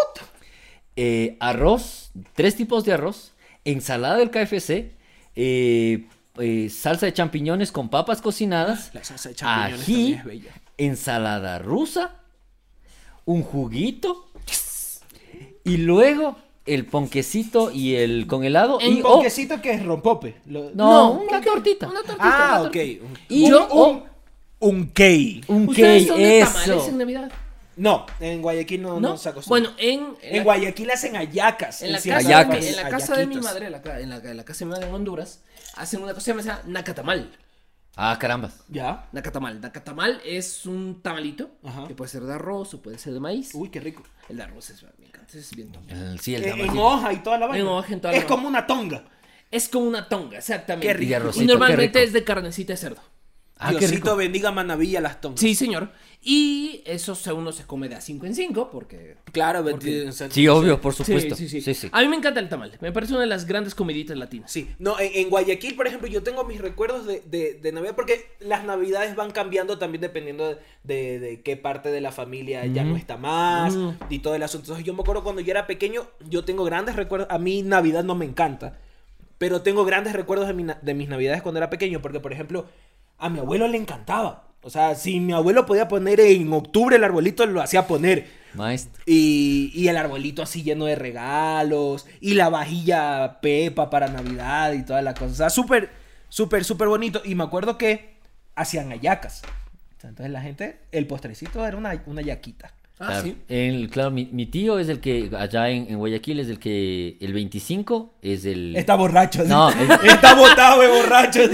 Speaker 2: eh, arroz, tres tipos de arroz, ensalada del KFC, eh, eh, salsa de champiñones con papas cocinadas,
Speaker 1: La salsa de champiñones
Speaker 2: ají,
Speaker 1: también es bella.
Speaker 2: ensalada rusa, un juguito y luego el ponquecito y el con helado y
Speaker 1: Un
Speaker 2: oh,
Speaker 1: ponquecito que es rompope. Lo-
Speaker 2: no,
Speaker 3: No, un
Speaker 2: una tortita,
Speaker 4: Una tortita.
Speaker 1: Ah,
Speaker 4: una
Speaker 1: ok.
Speaker 4: tortita.
Speaker 1: Un-
Speaker 2: Y
Speaker 1: un,
Speaker 2: yo-
Speaker 1: un, un key.
Speaker 2: un
Speaker 4: ¿Ustedes
Speaker 2: cake,
Speaker 4: son de tamales
Speaker 2: eso.
Speaker 4: en Navidad?
Speaker 1: No, en Guayaquil no, no,
Speaker 4: ¿No?
Speaker 1: se acostumbra.
Speaker 4: Bueno, en,
Speaker 1: en Guayaquil hacen ayacas.
Speaker 4: En la,
Speaker 1: ciertas
Speaker 4: casa,
Speaker 2: Ayacas.
Speaker 4: en la
Speaker 1: partes.
Speaker 4: casa de mi
Speaker 1: Ayaquitos.
Speaker 4: madre, en la, ca- en la- en la casa de mi madre en Honduras, hacen una cosa que se llama nacatamal.
Speaker 2: Ah, caramba.
Speaker 1: Ya.
Speaker 4: Nacatamal. Nacatamal es un tamalito
Speaker 1: Ajá.
Speaker 4: que puede ser de arroz o puede ser de maíz.
Speaker 1: Uy, qué rico.
Speaker 4: El de arroz es, me encanta, es bien tonto.
Speaker 2: El- sí, el
Speaker 1: Eh, en
Speaker 2: tamalito.
Speaker 1: hoja y toda la vaina.
Speaker 4: hoja, en toda la
Speaker 1: es
Speaker 4: vaina.
Speaker 1: como una tonga.
Speaker 4: Es como una tonga, exactamente.
Speaker 1: Qué rico.
Speaker 2: Y de arrocito,
Speaker 4: y normalmente
Speaker 2: qué rico.
Speaker 4: es de carnecita de cerdo.
Speaker 2: Ah, qué
Speaker 1: Diosito
Speaker 2: rico.
Speaker 1: bendiga Manaví y a las tongas.
Speaker 4: Sí, señor. Y eso se- uno se come de a 5 en 5 porque...
Speaker 1: Claro,
Speaker 4: Porque-
Speaker 1: o sea,
Speaker 2: Sí, obvio, por supuesto.
Speaker 4: Sí, sí, sí.
Speaker 2: Sí,
Speaker 3: Ah.
Speaker 2: sí.
Speaker 4: A mí me encanta el tamal. Me parece una de las grandes comiditas latinas.
Speaker 1: Sí, no, en, en Guayaquil, por ejemplo, yo tengo mis recuerdos de, de- de Navidad porque las Navidades van cambiando también dependiendo de, de qué parte de la familia ya no está más y todo el asunto. Entonces, yo me acuerdo cuando yo era pequeño, yo tengo grandes recuerdos. A mí Navidad no me encanta, pero tengo grandes recuerdos de, mi na- de mis Navidades cuando era pequeño porque, por ejemplo, a mi abuelo le encantaba. O sea, si mi abuelo podía poner en octubre el arbolito, lo hacía poner.
Speaker 2: Maestro.
Speaker 1: Y, y el arbolito así lleno de regalos. Y la vajilla Pepa para Navidad y toda la cosa. O sea, súper, súper, súper bonito. Y me acuerdo que hacían ayacas. O sea, Entonces la gente, el postrecito era una, una yaquita.
Speaker 4: Ah,
Speaker 3: Ah,
Speaker 2: Claro. El- claro, mi, mi tío es el que allá en, en Guayaquil es el que el 25 es el
Speaker 1: Está borracho. *laughs*
Speaker 2: No,
Speaker 1: ¿sí?
Speaker 2: el-
Speaker 1: Está botado de borracho.
Speaker 2: el-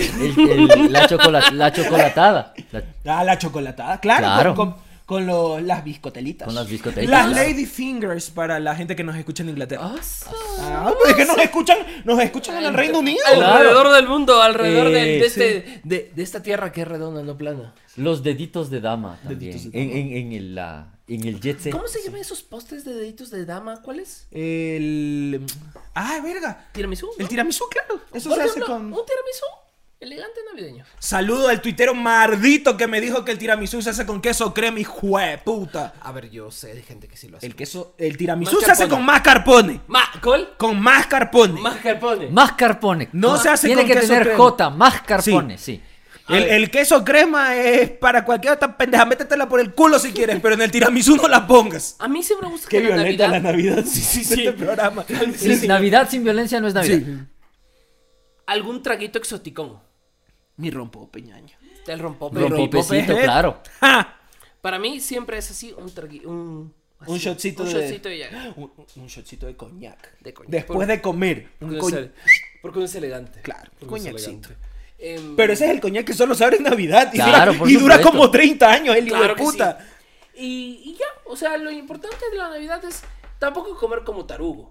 Speaker 2: el- la, chocola- la chocolatada. La-
Speaker 1: Ah, la chocolatada, claro.
Speaker 2: Claro.
Speaker 1: Con, con- con los- las biscotelitas.
Speaker 2: Con las biscotelitas,
Speaker 1: Las
Speaker 2: claro.
Speaker 1: Lady Fingers para la gente que nos escucha en Inglaterra.
Speaker 4: Ah,
Speaker 1: Ah, pues es que nos escuchan, nos escuchan en el Reino Unido.
Speaker 3: Alrededor del mundo, alrededor
Speaker 2: Eh,
Speaker 3: del- de,
Speaker 2: sí.
Speaker 3: este- de- de esta tierra que es redonda, no plana.
Speaker 2: los deditos de dama también.
Speaker 1: Deditos de
Speaker 2: En, en- en el, la- en el jet set.
Speaker 4: ¿Cómo se llaman esos postres de deditos de dama? ¿Cuáles?
Speaker 1: El. Ah, verga.
Speaker 4: ¿Tiramisú?
Speaker 1: El
Speaker 4: ¿no?
Speaker 1: tiramisú, Oh. claro. Eso
Speaker 4: Por
Speaker 1: se hace
Speaker 4: ejemplo,
Speaker 1: con.
Speaker 4: Un tiramisú elegante navideño.
Speaker 1: Saludo al tuitero mardito que me dijo que el tiramisú se hace con queso crema y jueputa.
Speaker 3: A ver, yo sé de gente que sí lo hace.
Speaker 1: El queso. El tiramisú se
Speaker 3: Mascarpone.
Speaker 1: hace con mascarpone.
Speaker 3: ¿Macol?
Speaker 1: Con mascarpone.
Speaker 3: Mascarpone.
Speaker 2: Mascarpone.
Speaker 1: No se hace
Speaker 2: Tiene
Speaker 1: con
Speaker 2: que
Speaker 1: queso
Speaker 2: tener
Speaker 1: crema.
Speaker 2: J, mascarpone, sí.
Speaker 1: el, el queso crema es para cualquier otra pendeja. Métetela por el culo si quieres, pero en el tiramisú no la pongas.
Speaker 4: A mí siempre me gusta
Speaker 1: Qué
Speaker 4: que la
Speaker 1: violenta
Speaker 4: Navidad...
Speaker 1: la Navidad. Sí, sí, sí. Este programa.
Speaker 2: Sí, Navidad sin violencia no es Navidad.
Speaker 3: Algún traguito exoticón.
Speaker 1: Mi rompo peñaño.
Speaker 3: El rompope.
Speaker 2: Rompopecito,
Speaker 1: Rompope, ¿eh?
Speaker 2: claro.
Speaker 1: ¡Ja!
Speaker 3: Para mí siempre es así un tragui... Un,
Speaker 1: Un
Speaker 3: así,
Speaker 1: shotcito
Speaker 3: un
Speaker 1: de-
Speaker 3: shotcito y ya.
Speaker 1: Un, un shotcito de coñac.
Speaker 3: De coñac.
Speaker 1: Después de comer. Un
Speaker 3: Porque
Speaker 1: coñac.
Speaker 3: uno es- Porque uno es elegante.
Speaker 1: Claro,
Speaker 3: Porque uno es
Speaker 1: coñacito.
Speaker 3: elegante. Em,
Speaker 1: Pero ese es el coñac que solo se abre en Navidad y,
Speaker 2: Claro,
Speaker 1: dura,
Speaker 2: por
Speaker 1: y dura
Speaker 2: supuesto.
Speaker 1: como 30 años el hijo
Speaker 3: Claro
Speaker 1: de
Speaker 3: que
Speaker 1: puta.
Speaker 3: Y, y ya, o sea, lo importante de la Navidad es tampoco comer como tarugo.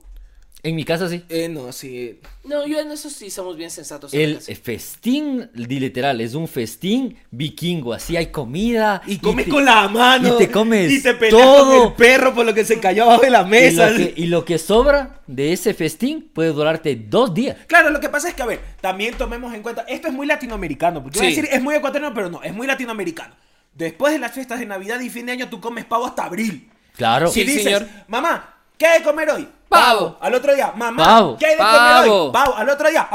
Speaker 2: En mi casa sí.
Speaker 1: Eh, no, sí.
Speaker 3: No, yo en eso sí somos bien sensatos. en
Speaker 2: El
Speaker 3: casa.
Speaker 2: festín, di literal, es un festín vikingo. Así hay comida.
Speaker 1: Y comes
Speaker 2: te-
Speaker 1: con la mano.
Speaker 2: y te comes
Speaker 1: Y te peleas con
Speaker 2: todo.
Speaker 1: el perro por lo que se cayó abajo de la
Speaker 2: y lo
Speaker 1: mesa.
Speaker 2: que- y lo que sobra de ese festín puede durarte dos días.
Speaker 1: Claro, lo que pasa es que, a ver, también tomemos en cuenta, esto es muy latinoamericano, porque iba a
Speaker 3: Sí.
Speaker 1: decir es muy ecuatoriano, pero no, es muy latinoamericano. Después de las fiestas de Navidad y fin de año, tú comes pavo hasta abril.
Speaker 2: Claro.
Speaker 1: Si
Speaker 3: Sí,
Speaker 1: dices,
Speaker 3: señor.
Speaker 1: mamá, ¿qué hay de comer hoy?
Speaker 3: Pavo.
Speaker 1: Al otro día, mamá,
Speaker 2: Pavo.
Speaker 1: ¿qué hay de comer hoy?
Speaker 3: Pavo.
Speaker 1: Pavo. Al otro día,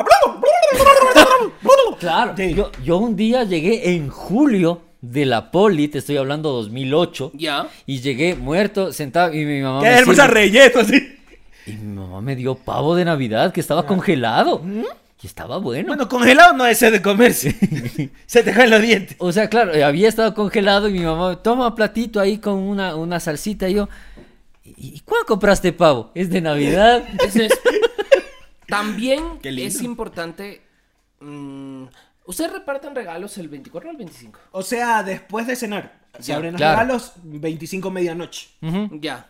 Speaker 2: Claro,
Speaker 1: Sí.
Speaker 2: yo, yo un día llegué en julio de la poli, te estoy hablando 2008,
Speaker 3: Ya.
Speaker 2: y llegué muerto, sentado, y mi mamá,
Speaker 1: ¿Qué
Speaker 2: me
Speaker 1: hay de almorzar
Speaker 2: sirve-
Speaker 1: relleno? así?
Speaker 2: y mi mamá me dio pavo de Navidad que estaba congelado, y estaba bueno.
Speaker 1: Bueno, congelado no es de comerse. *laughs* Se te caen los dientes.
Speaker 2: O sea, claro, eh, había estado congelado y mi mamá, toma platito ahí con una, una salsita, y yo, ¿y y cuándo compraste pavo? Es de Navidad. *laughs*
Speaker 3: Entonces, también
Speaker 1: *laughs* Qué lindo.
Speaker 3: es importante. mm, Ustedes reparten regalos el 24 o el 25.
Speaker 1: O sea, después de cenar, se
Speaker 3: Ya,
Speaker 1: abren los
Speaker 2: claro. Mm.
Speaker 1: regalos 25 medianoche.
Speaker 2: Ujú.
Speaker 3: Ya.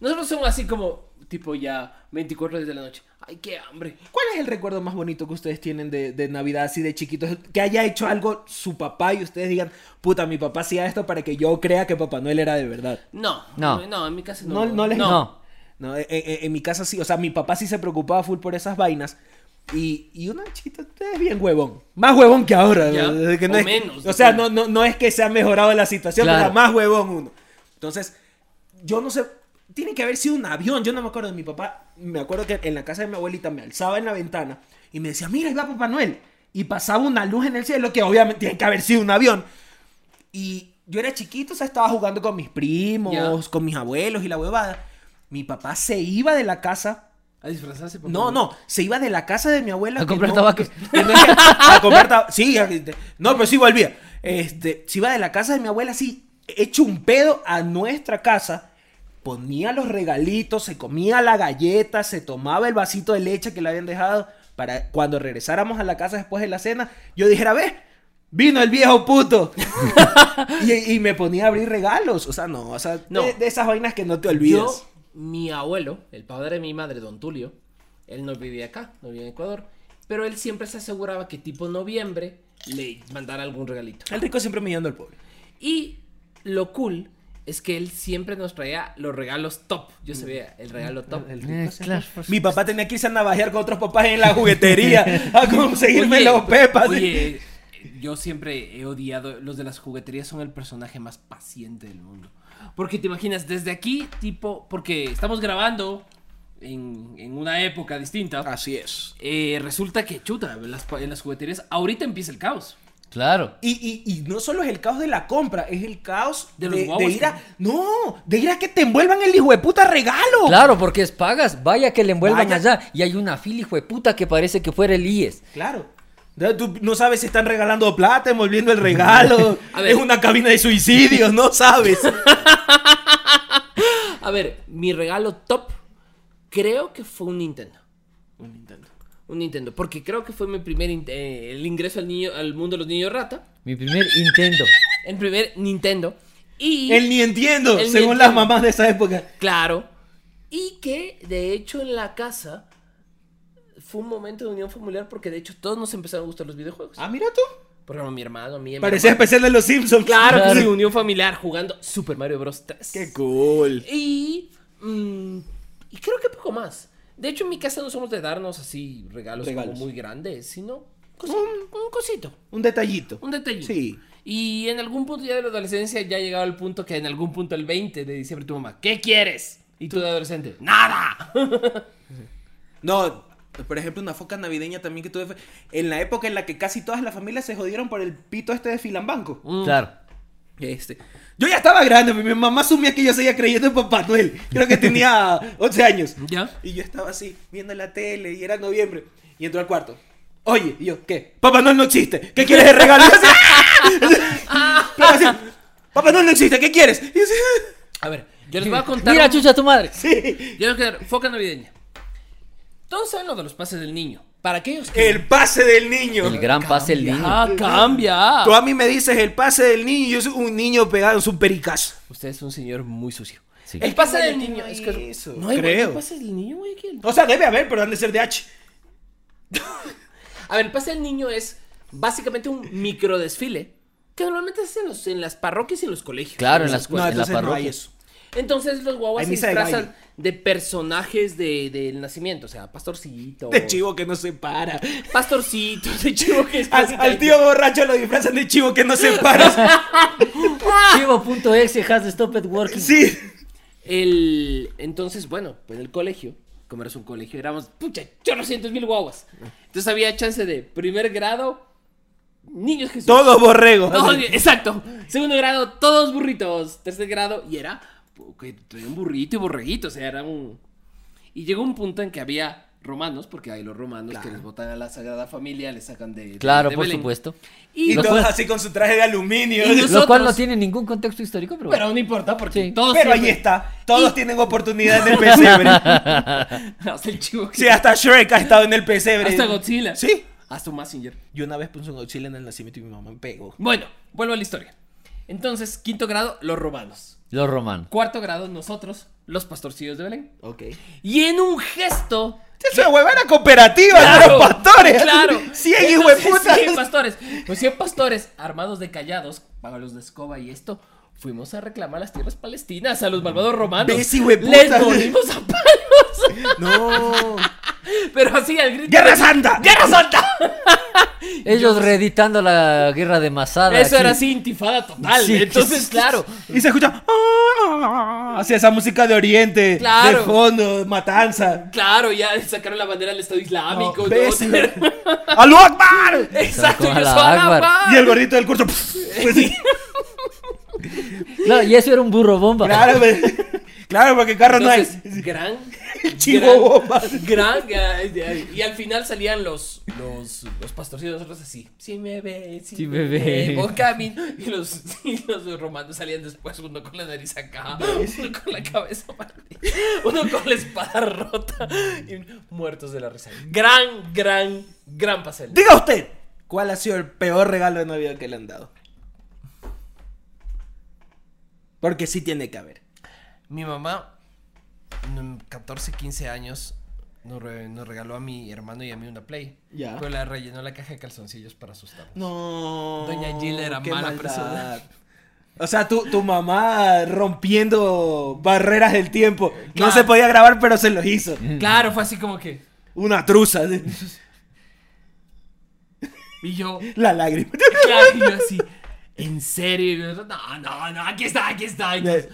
Speaker 3: Nosotros somos así como, tipo ya, 24 desde la noche. Ay, qué hambre.
Speaker 1: ¿Cuál es el recuerdo más bonito que ustedes tienen de, de Navidad así de chiquitos? Que haya hecho algo su papá y ustedes digan, puta, mi papá hacía esto para que yo crea que Papá Noel era de verdad.
Speaker 3: No,
Speaker 2: No.
Speaker 3: no, en mi casa no.
Speaker 1: No, eh, no les...
Speaker 2: No.
Speaker 1: No, eh, eh, en mi casa sí, o sea, mi papá sí se preocupaba full por esas vainas, Y, y una chita es bien huevón. Más huevón que ahora.
Speaker 4: Ya,
Speaker 1: ¿no? Que no
Speaker 4: o
Speaker 1: es-
Speaker 4: menos,
Speaker 1: O sea, no,
Speaker 4: depende.
Speaker 1: no, no es que se ha mejorado la situación,
Speaker 2: Claro.
Speaker 1: pero más huevón uno. Entonces, yo no sé. Tiene que haber sido un avión. Yo no me acuerdo de mi papá. Me acuerdo que en la casa de mi abuelita me alzaba en la ventana y me decía, mira, ahí va Papá Noel. Y pasaba una luz en el cielo que obviamente tiene que haber sido un avión. Y yo era chiquito, o sea, estaba jugando con mis primos,
Speaker 4: Ya.
Speaker 1: con mis abuelos y la huevada. Mi papá se iba de la casa
Speaker 4: A disfrazarse. por
Speaker 1: no,
Speaker 4: favor.
Speaker 1: no, se iba de la casa de mi abuela.
Speaker 2: A
Speaker 1: que
Speaker 2: comprar
Speaker 1: no-
Speaker 2: tabaco.
Speaker 1: que no es que- a comprar tabaco. Sí, a- de- no, pero sí volvía. Este, se iba de la casa de mi abuela así, hecho un pedo a nuestra casa. Ponía los regalitos, se comía la galleta, se tomaba el vasito de leche que le habían dejado para cuando regresáramos a la casa después de la cena, yo dijera, ve, vino el viejo puto. *laughs* y, y me ponía a abrir regalos. O sea, no, o sea,
Speaker 3: No.
Speaker 1: De, de esas vainas que no te olvidas.
Speaker 3: Yo, mi abuelo, el padre de mi madre, don Tulio, él no vivía acá, no vivía en Ecuador, pero él siempre se aseguraba que tipo noviembre le mandara algún regalito.
Speaker 1: El rico siempre mirando al pobre.
Speaker 3: Y lo cool es que él siempre nos traía los regalos top. Yo se veía el regalo top.
Speaker 2: Eh,
Speaker 1: *laughs*
Speaker 2: claro, por
Speaker 1: Mi papá tenía que irse a navajear con otros papás en la juguetería a conseguirme
Speaker 4: Oye,
Speaker 1: los pepas.
Speaker 4: Oye, yo siempre he odiado. Los de las jugueterías son el personaje más paciente del mundo. Porque te imaginas, desde aquí, tipo. Porque estamos grabando en, en una época distinta.
Speaker 1: Así es.
Speaker 4: Eh, resulta que, chuta, en las, en las jugueterías ahorita empieza el caos.
Speaker 2: Claro.
Speaker 1: Y, y- y no solo es el caos de la compra, es el caos de,
Speaker 4: De los guaguas,
Speaker 1: de ir a. No, de ir a que te envuelvan el hijo de puta regalo.
Speaker 2: Claro, porque es pagas. Vaya que le envuelvan
Speaker 1: Vaya.
Speaker 2: allá. Y hay una fila, hijo de puta, que parece que fuera el E IES.
Speaker 1: Claro. Ya Tú no sabes si están regalando plata, envolviendo el regalo.
Speaker 3: A ver.
Speaker 1: es una cabina de suicidios, no sabes.
Speaker 3: A ver, mi regalo top creo que fue un Nintendo.
Speaker 4: Un Nintendo.
Speaker 3: Un Nintendo, porque creo que fue mi primer in- eh, el ingreso al niño al mundo de los niños rata,
Speaker 2: Mi primer intento.
Speaker 3: el primer Nintendo y
Speaker 1: Él ni entiendo,
Speaker 3: Él ni
Speaker 1: según
Speaker 3: entiendo.
Speaker 1: las mamás de esa época.
Speaker 3: Claro. Y que, de hecho, en la casa fue un momento de unión familiar porque, de hecho, todos nos empezaron a gustar los videojuegos.
Speaker 1: Ah, mira tú.
Speaker 3: Por ejemplo, mi hermano, a mí. a mi
Speaker 1: Parecía
Speaker 3: hermano.
Speaker 1: especial de los Simpsons. *laughs*
Speaker 3: Claro,
Speaker 2: Claro.
Speaker 3: que sí, unión familiar jugando Super Mario Bros. 3.
Speaker 1: Qué cool.
Speaker 3: Y. mm, y creo que poco más. De hecho, en mi casa no somos de darnos así regalos, como
Speaker 1: Regalos.
Speaker 3: muy grandes, sino cosi- un cosito.
Speaker 1: Un detallito.
Speaker 3: Un detallito.
Speaker 1: Sí.
Speaker 3: Y en algún punto ya de la adolescencia ya llegaba el punto que en algún punto el 20 de diciembre tu mamá, ¿qué quieres? Y tú de adolescente, ¡nada!
Speaker 1: No, por ejemplo, una foca navideña también que tuve fue en la época en la que casi todas las familias se jodieron por el pito este de Filambanco.
Speaker 2: Claro.
Speaker 1: Este. Yo ya estaba grande, mi mamá asumía que yo seguía creyendo en Papá Noel. Creo que
Speaker 2: *laughs*
Speaker 1: tenía 11 años.
Speaker 4: ¿Ya?
Speaker 1: Y yo estaba así, viendo la tele, y era noviembre. Y entró al cuarto. Oye, y yo, ¿qué? Papá Noel no existe. ¿Qué quieres de regalo? Y yo así, *laughs* ¡ah! Pero así, Papá Noel no existe. ¿Qué quieres? Y yo así, *laughs* ¡ah!
Speaker 3: A ver, yo
Speaker 1: *laughs*
Speaker 3: les voy a contar.
Speaker 2: Mira,
Speaker 3: un-
Speaker 2: chucha, tu madre.
Speaker 1: sí.
Speaker 3: Yo les voy a contar, foca navideña. Todos saben lo de los pases del niño. Para aquellos que.
Speaker 1: El pase del niño.
Speaker 2: El gran pase el niño.
Speaker 1: *laughs*
Speaker 3: ¡Ah, cambia!
Speaker 1: Tú a mí me dices el pase del niño. Yo soy un niño pegado en su pericazo.
Speaker 3: Usted es un señor muy sucio.
Speaker 2: Sí.
Speaker 3: El pase del
Speaker 1: Guayaquil
Speaker 3: niño.
Speaker 1: no
Speaker 3: Es
Speaker 1: hay
Speaker 3: que
Speaker 1: eso,
Speaker 3: no hay
Speaker 1: creo.
Speaker 3: el pase del niño, güey. ¿quién?
Speaker 1: O sea, debe haber, pero han de ser de H.
Speaker 3: A ver, el pase del niño es básicamente un micro desfile que normalmente se hace en, los- en las parroquias y en los colegios.
Speaker 2: Claro, en las
Speaker 1: No,
Speaker 2: en la
Speaker 1: entonces no hay
Speaker 2: parroquia.
Speaker 1: eso.
Speaker 3: Entonces los guaguas
Speaker 1: Hay
Speaker 3: se
Speaker 1: misa de
Speaker 3: disfrazan
Speaker 1: gallo.
Speaker 3: de, personajes de- del nacimiento, o sea, pastorcito.
Speaker 1: De chivo que no se para.
Speaker 3: Pastorcito, de chivo que
Speaker 1: *laughs*
Speaker 3: es
Speaker 1: Al, al tío borracho lo disfrazan de chivo que no se
Speaker 3: *laughs*
Speaker 1: para.
Speaker 2: Chivo.exe has stopped working.
Speaker 1: Sí.
Speaker 3: El... Entonces, bueno, pues el colegio, como eres un colegio, éramos, pucha, chorrocientos mil guaguas. Entonces había chance de primer grado, niños Jesús.
Speaker 1: Todo borrego.
Speaker 3: Todos- *laughs* exacto. Segundo grado, todos burritos. Tercer grado, y era pues, que traía un burrito y borreguito. O sea, era un. Y llegó un punto en que había romanos, porque hay los romanos que les botan a la Sagrada Familia, les sacan de. de-
Speaker 2: Claro,
Speaker 3: de
Speaker 2: por
Speaker 3: Belén.
Speaker 2: supuesto.
Speaker 1: Y
Speaker 3: Y,
Speaker 2: Lo
Speaker 1: todos
Speaker 2: cual-
Speaker 1: así con su traje de aluminio.
Speaker 3: Y
Speaker 2: Lo cual
Speaker 3: nosotros-
Speaker 2: no tiene ningún contexto histórico, pero bueno.
Speaker 3: Pero no importa, porque
Speaker 2: Sí.
Speaker 3: todos.
Speaker 1: Pero ahí
Speaker 3: siempre-
Speaker 1: está. Todos tienen oportunidad en el pesebre.
Speaker 3: *laughs* Hasta el chivo. que-
Speaker 1: Sí, hasta Shrek ha estado en el pesebre.
Speaker 3: Hasta Godzilla.
Speaker 1: Sí.
Speaker 3: Hasta un Massinger.
Speaker 1: Yo una vez puse un Godzilla en el nacimiento y mi mamá me pegó.
Speaker 3: Bueno, vuelvo a la historia. Entonces, quinto grado, los romanos.
Speaker 2: Los romanos.
Speaker 3: Cuarto grado, nosotros, los pastorcillos de Belén.
Speaker 1: Ok.
Speaker 3: Y en un gesto
Speaker 1: Es una huevada cooperativa de los pastores.
Speaker 3: Claro.
Speaker 1: 100 hijos
Speaker 3: Entonces,
Speaker 1: de puta.
Speaker 3: 100 pastores. Los 100 pastores armados de callados, pagalos de escoba y esto, fuimos a reclamar las tierras palestinas a los malvados romanos.
Speaker 1: ¿Ves, hijo de puta?
Speaker 3: Les morimos a palos.
Speaker 1: No.
Speaker 3: Pero así al grito.
Speaker 1: ¡Guerra Santa!
Speaker 3: ¡Guerra Santa!
Speaker 2: Ellos reeditando la guerra de Masada.
Speaker 3: Eso
Speaker 2: aquí.
Speaker 3: era así, intifada total.
Speaker 2: Sí.
Speaker 3: Entonces, claro.
Speaker 1: Y se escucha. Hacia esa música de Oriente.
Speaker 3: Claro.
Speaker 1: De fondo, matanza.
Speaker 3: Claro, ya sacaron la bandera del Estado Islámico. ¿no?
Speaker 1: ¿Ves? ¡Alú Akbar!
Speaker 3: Exacto,
Speaker 2: Sacó a
Speaker 3: yo
Speaker 2: la
Speaker 3: soy
Speaker 2: Akbar.
Speaker 1: Y el gordito del curso. Pues
Speaker 3: *laughs*
Speaker 1: sí.
Speaker 2: Claro, y eso era un burro bomba.
Speaker 1: Claro, pues. claro, porque carro
Speaker 3: Entonces,
Speaker 1: no hay.
Speaker 3: gran,
Speaker 2: *laughs*
Speaker 1: Chivo
Speaker 3: gran, gran- y al final salían los, los, los pastorcitos, nosotros así, si me ve, si
Speaker 2: Sí
Speaker 3: me
Speaker 2: me
Speaker 3: ve,
Speaker 2: ve.
Speaker 3: vos camin, y los, *laughs* y los romanos salían después, uno con la nariz acá, uno con la cabeza partida, uno con la espada rota, y muertos de la risa. Gran, gran, gran pastel.
Speaker 1: Diga usted, ¿cuál ha sido el peor regalo de Navidad que le han dado? Porque sí tiene que haber.
Speaker 3: Mi mamá, en 14, 15 años, nos, re- nos regaló a mi hermano y a mí una Play.
Speaker 1: Ya.
Speaker 3: Pero la rellenó la caja de calzoncillos para asustarnos.
Speaker 1: No.
Speaker 3: Doña Gil era
Speaker 1: qué
Speaker 3: mala
Speaker 1: maldad.
Speaker 3: persona.
Speaker 1: O sea, tu, tu mamá rompiendo barreras del tiempo.
Speaker 3: Claro.
Speaker 1: No se podía grabar, pero se los hizo.
Speaker 3: Claro, fue así como que.
Speaker 1: Una truza. así.
Speaker 3: Y yo,
Speaker 1: *laughs* La
Speaker 3: *laughs*
Speaker 1: lágrima.
Speaker 3: claro, y yo así. ¿En serio? Y yo, no, no, no, aquí está, aquí está. Y yo,
Speaker 1: Eh,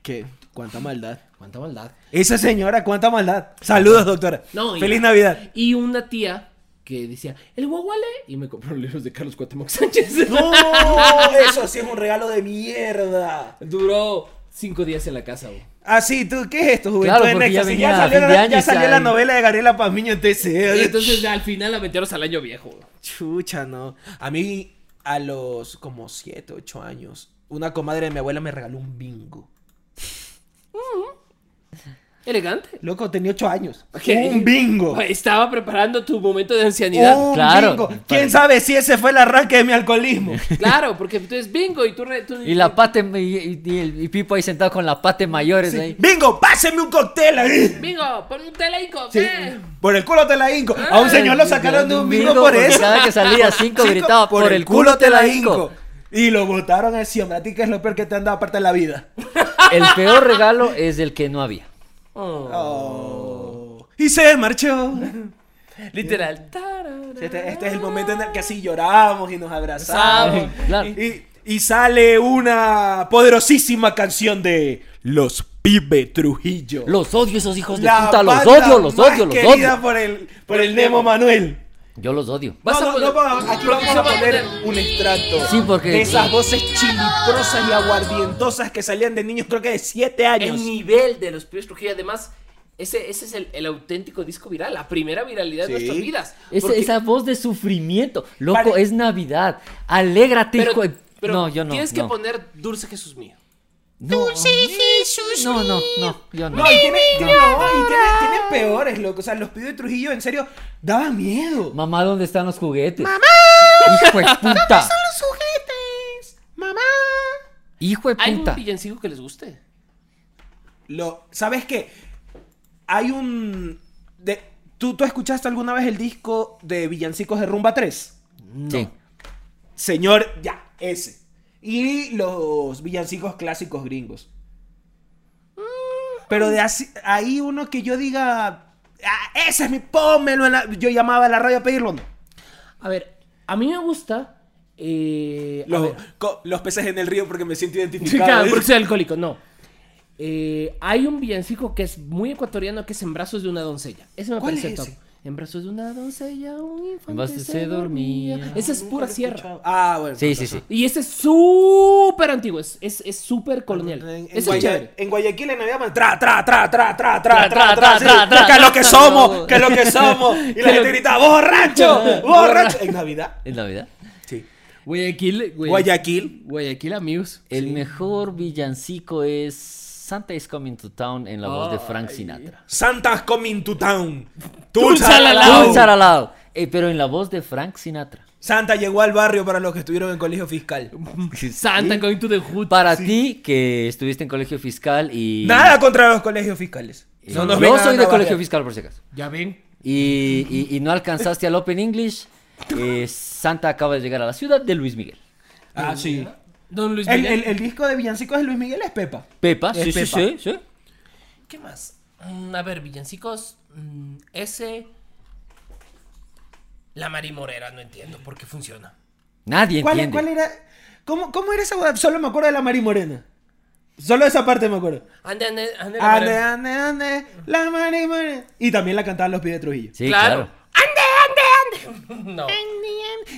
Speaker 1: ¿Qué? ¿Cuánta maldad?
Speaker 3: ¿Cuánta maldad?
Speaker 1: Esa señora, cuánta maldad. Saludos, doctora.
Speaker 3: No, y-
Speaker 1: Feliz Navidad.
Speaker 3: Y una tía que decía, el guaguale. Y me compró libros de Carlos Cuauhtémoc
Speaker 1: *laughs*
Speaker 3: Sánchez.
Speaker 1: No, eso sí es un regalo de mierda.
Speaker 3: Duró cinco días en la casa, güey.
Speaker 1: Ah, sí, tú, ¿qué es esto, Juventud
Speaker 2: Claro,
Speaker 1: en
Speaker 2: porque ya
Speaker 1: Éxtasis?
Speaker 2: venía
Speaker 1: ya salió,
Speaker 2: fin
Speaker 1: la,
Speaker 2: de
Speaker 1: ya
Speaker 2: año y
Speaker 1: salió
Speaker 2: sal-
Speaker 1: la novela de Gabriela Pamiño en ¿eh? TCE.
Speaker 3: Y entonces al final la metieron al año viejo, güey.
Speaker 1: Chucha, no. A mí, a los como 7, 8 años, una comadre de mi abuela me regaló un bingo.
Speaker 3: Elegante.
Speaker 1: Loco, tenía 8 años.
Speaker 3: Ok.
Speaker 1: Un bingo.
Speaker 3: Estaba preparando tu momento de ancianidad.
Speaker 1: Un
Speaker 2: Pues, Claro.
Speaker 1: bingo. ¿Quién sabe si ese fue el arranque de mi alcoholismo?
Speaker 2: *laughs*
Speaker 3: Claro, porque tú es bingo y tú... re- tú-
Speaker 2: Y la pate y, y- y el y Pipo ahí sentado con las pates mayores
Speaker 1: Sí.
Speaker 2: ahí.
Speaker 1: Bingo, páseme un cóctel
Speaker 2: Ah.
Speaker 1: ahí.
Speaker 3: Bingo, pon un teleico.
Speaker 1: Sí.
Speaker 3: ve.
Speaker 1: Por el culo te la hinco. A un señor lo sacaron de un bingo por
Speaker 2: Ah. porque
Speaker 1: eso.
Speaker 2: Cada vez que salía cinco gritaba por, el culo te la
Speaker 1: *laughs*
Speaker 2: hinco.
Speaker 1: Y lo botaron así, hombre. A ti que es lo peor que te han dado aparte de la vida.
Speaker 2: El peor regalo es el que no había. Oh.
Speaker 1: Oh. Y se marchó.
Speaker 3: Literal. Tarara.
Speaker 1: Este, este es el momento en el que así lloramos y nos abrazamos.
Speaker 2: Claro.
Speaker 1: Y, y sale una poderosísima canción de Los Pibe Trujillo.
Speaker 2: Los odio esos hijos de
Speaker 1: La
Speaker 2: puta, los
Speaker 1: banda
Speaker 2: odio, los
Speaker 1: más
Speaker 2: odio, los
Speaker 1: querida
Speaker 2: odio.
Speaker 1: por el, por el Nemo Manuel.
Speaker 2: Yo los odio.
Speaker 3: Vas
Speaker 1: No,
Speaker 3: a
Speaker 1: no,
Speaker 3: poner-
Speaker 1: no pongamos- aquí vamos a poner un extracto
Speaker 2: Sí, porque-
Speaker 1: de esas voces chiliprosas y aguardientosas que salían de niños, creo que de 7 años.
Speaker 3: El nivel de los pibes Trujillo, además, ese, ese es el, el auténtico disco viral, la primera viralidad de
Speaker 1: Sí.
Speaker 3: nuestras vidas.
Speaker 2: Esa,
Speaker 3: Porque-
Speaker 2: esa voz de sufrimiento. Loco,
Speaker 1: Pare-
Speaker 2: es Navidad. Alégrate,
Speaker 3: pero,
Speaker 2: hijo. de-
Speaker 3: pero
Speaker 2: no, yo no.
Speaker 3: Tienes que
Speaker 2: no.
Speaker 3: poner Dulce Jesús mío.
Speaker 2: No. No, no, no, yo no.
Speaker 1: No, y tiene, tiene- no, y tiene, tiene peores, loco. O sea, los pibes de Trujillo, en serio, daban miedo.
Speaker 2: Mamá, ¿dónde están los juguetes? ¡Mamá! Hijo de puta.
Speaker 1: los juguetes! ¡Mamá!
Speaker 2: Hijo de
Speaker 3: Hay un
Speaker 2: puta.
Speaker 3: villancico que les guste.
Speaker 1: Lo, ¿Sabes qué? Hay un... de- ¿tú, ¿Tú escuchaste alguna vez el disco de Villancicos de Rumba 3?
Speaker 2: Sí.
Speaker 1: Señor, ya, ese. Y los villancicos clásicos gringos. Pero de así, ahí uno que yo diga, "Ah, ese es mi, pónmelo en la-". Yo llamaba a la radio a pedirlo, no.
Speaker 3: A ver, a mí me gusta. eh, a
Speaker 1: Los,
Speaker 3: ver.
Speaker 1: co- los peces en el río porque me siento
Speaker 3: Sí,
Speaker 1: identificado.
Speaker 3: claro, porque soy alcohólico, no. Eh, hay un villancico que es muy ecuatoriano que es En brazos de una doncella. Ese me
Speaker 1: ¿Cuál
Speaker 3: parece
Speaker 1: es
Speaker 3: top.
Speaker 1: ese?
Speaker 3: En brazos de una doncella, un
Speaker 2: En
Speaker 3: infante
Speaker 2: brazos
Speaker 3: se
Speaker 2: se
Speaker 3: dormía.
Speaker 2: dormía.
Speaker 3: Esa es pura sierra.
Speaker 1: Ah, bueno.
Speaker 2: Sí, sí, sí.
Speaker 3: Y ese es súper antiguo, es es- es súper colonial.
Speaker 1: En, en
Speaker 3: Eso es
Speaker 1: Guaya-
Speaker 3: chévere.
Speaker 1: en Guayaquil en Navidad man, tra tra tra tra tra tra tra
Speaker 2: Tra, tra,
Speaker 1: tra
Speaker 2: tra,
Speaker 1: sí.
Speaker 2: tra, tra,
Speaker 1: que es lo que
Speaker 2: tra,
Speaker 1: somos
Speaker 2: no.
Speaker 1: que es lo
Speaker 2: *laughs*
Speaker 1: que somos y la gente grita borracho borracho en Navidad
Speaker 2: ¿Es Navidad?
Speaker 1: sí
Speaker 3: Guayaquil, güey.
Speaker 1: Guayaquil
Speaker 3: Guayaquil amigos.
Speaker 2: El mejor villancico es Santa is Coming to Town en la voz de Frank Sinatra.
Speaker 1: Santa's coming to town
Speaker 3: Lau.
Speaker 2: Dulce al lado. Eh, pero en la voz de Frank Sinatra.
Speaker 1: Santa llegó al barrio para los que estuvieron en colegio fiscal
Speaker 3: Santa going to the hood.
Speaker 2: Para ti, que estuviste en colegio fiscal y...
Speaker 1: nada contra los colegios fiscales
Speaker 2: y-
Speaker 1: No nos
Speaker 2: Eh, yo
Speaker 1: vengan a
Speaker 2: soy de
Speaker 1: navajear.
Speaker 2: colegio fiscal, por si acaso.
Speaker 3: Ya ven.
Speaker 2: Y, y- y no alcanzaste al Open English. eh, Santa acaba de llegar a la ciudad de Luis Miguel.
Speaker 1: ah sí
Speaker 3: Don Luis
Speaker 1: el,
Speaker 3: Miguel.
Speaker 1: el- el disco de villancicos de Luis Miguel es Pepa
Speaker 2: Pepa,
Speaker 1: Es
Speaker 2: sí, sí,
Speaker 1: Pepa.
Speaker 2: sí, sí.
Speaker 3: ¿Qué más? Mm, a ver, villancicos. mm, ese. La Mari Morera, no entiendo por qué funciona.
Speaker 2: Nadie
Speaker 1: ¿Cuál,
Speaker 2: entiende.
Speaker 1: cuál era? ¿Cómo, ¿Cómo era esa hueá? Solo me acuerdo de la Mari Morena. Solo esa parte me acuerdo.
Speaker 3: Ande, ande, ande. la
Speaker 1: Ande,
Speaker 3: Morena.
Speaker 1: ande, ande, la Mari Morena. Y también la cantaban los pibes de Trujillo.
Speaker 2: Sí, claro.
Speaker 3: Ande, ande,
Speaker 4: *laughs*
Speaker 3: ande. No.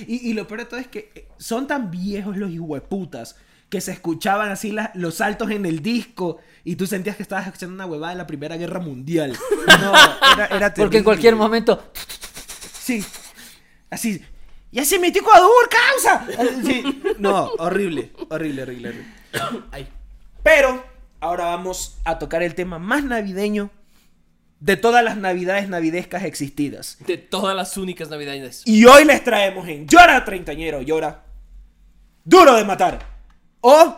Speaker 1: Y, y lo peor de todo es que eh, son tan viejos los hijueputas que se escuchaban así las- los saltos en el disco y tú sentías que estabas escuchando una huevada de la Primera Guerra
Speaker 2: *laughs*
Speaker 1: Mundial. No, era, era
Speaker 2: Porque en
Speaker 1: terrible.
Speaker 2: cualquier momento.
Speaker 1: Sí. Así. ¡Ya se metió Ecuador, causa! Así, sí. No, horrible, horrible, horrible, horrible.
Speaker 3: Ay.
Speaker 1: Pero ahora vamos a tocar el tema más navideño de todas las navidades navidescas existidas.
Speaker 4: De todas las únicas navideñas.
Speaker 1: Y hoy les traemos en Llora Treintañero, Llora. Duro de matar. O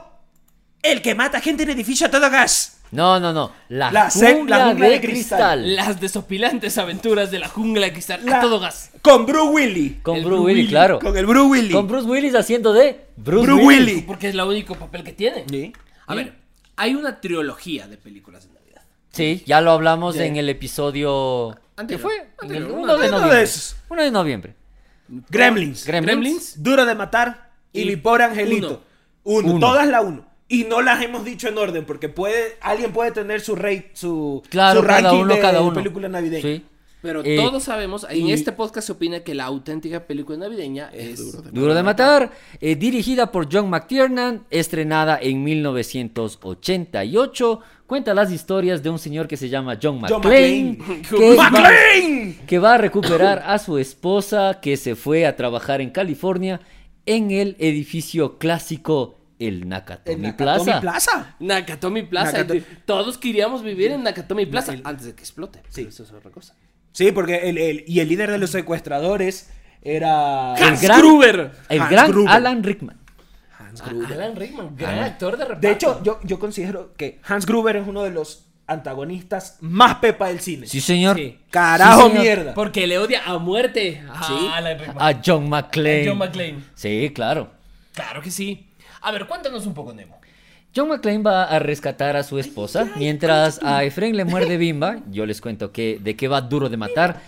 Speaker 1: El que mata gente en edificio a todo gas.
Speaker 2: No, no, no. La,
Speaker 1: La se- la
Speaker 2: jungla
Speaker 1: jungla
Speaker 2: de,
Speaker 1: de cristal.
Speaker 2: cristal.
Speaker 4: Las desopilantes aventuras de la jungla de cristal.
Speaker 1: La-
Speaker 4: A todo gas.
Speaker 1: Con Bruce Willy.
Speaker 2: Con
Speaker 4: El
Speaker 2: Bruce
Speaker 4: Bruce
Speaker 2: Willis,
Speaker 4: Willis,
Speaker 2: claro.
Speaker 1: Con el Bruce Willy.
Speaker 2: Con Bruce Willis haciendo de Bruce,
Speaker 1: Bruce
Speaker 2: Willis.
Speaker 1: Willy.
Speaker 4: Porque es el único papel que tiene. ¿Mm?
Speaker 1: Sí.
Speaker 4: A ver, hay una trilogía de películas de Navidad.
Speaker 2: Sí, ya lo hablamos en el episodio. ¿Qué
Speaker 4: Anterior,
Speaker 2: fue? En el
Speaker 4: anterior,
Speaker 2: uno de
Speaker 1: uno de
Speaker 2: noviembre.
Speaker 1: esos.
Speaker 2: Uno de noviembre.
Speaker 1: Gremlins.
Speaker 2: Gremlins.
Speaker 1: Duro de matar y,
Speaker 4: Y
Speaker 1: mi pobre angelito. Uno.
Speaker 2: Uno.
Speaker 1: Todas la uno. Y no las hemos dicho en orden porque puede alguien puede tener su rate, su,
Speaker 2: Claro,
Speaker 1: su ranking
Speaker 2: cada uno,
Speaker 1: de
Speaker 2: cada uno.
Speaker 1: película navideña.
Speaker 2: Sí.
Speaker 4: Pero
Speaker 2: Eh,
Speaker 4: todos sabemos, en
Speaker 2: y-
Speaker 4: este podcast se opina que la auténtica película navideña es.
Speaker 2: Duro de matar, eh, dirigida por John McTiernan, estrenada en 1988, cuenta las historias de un señor que se llama John
Speaker 1: John
Speaker 2: McClane,
Speaker 1: McClane.
Speaker 2: *laughs* que, va-
Speaker 1: ¡McLean!
Speaker 2: que va a recuperar a su esposa que se fue a trabajar en California en el edificio clásico el Nakatomi,
Speaker 1: En Nakatomi
Speaker 2: Plaza.
Speaker 1: Plaza.
Speaker 4: Nakatomi Plaza.
Speaker 1: Nakato-
Speaker 4: Y Todos queríamos vivir en Nakatomi Plaza antes de que explote. Sí. Eso es otra cosa.
Speaker 1: Sí, porque el, el- y el líder de los secuestradores era
Speaker 2: El gran,
Speaker 4: Gruber.
Speaker 2: el
Speaker 1: Hans
Speaker 2: gran
Speaker 1: Gruber.
Speaker 2: Alan Rickman.
Speaker 1: Hans Gruber.
Speaker 3: Alan
Speaker 4: Ah.
Speaker 3: Rickman, gran actor de reparto.
Speaker 1: De hecho, yo, yo considero que Hans Gruber es uno de los antagonistas más pepa del cine.
Speaker 2: Sí, señor.
Speaker 4: Sí.
Speaker 1: Carajo,
Speaker 2: Sí, señor.
Speaker 1: mierda.
Speaker 4: Porque le odia a muerte a Alan Rickman.
Speaker 2: A John McClane.
Speaker 4: John McClane.
Speaker 2: Sí, claro.
Speaker 4: Claro que sí.
Speaker 3: A ver, cuéntanos un poco, Nemo.
Speaker 2: John McClane va a rescatar a su esposa, mientras a Efraín le muerde bimba. Yo les cuento que, de qué va duro de matar.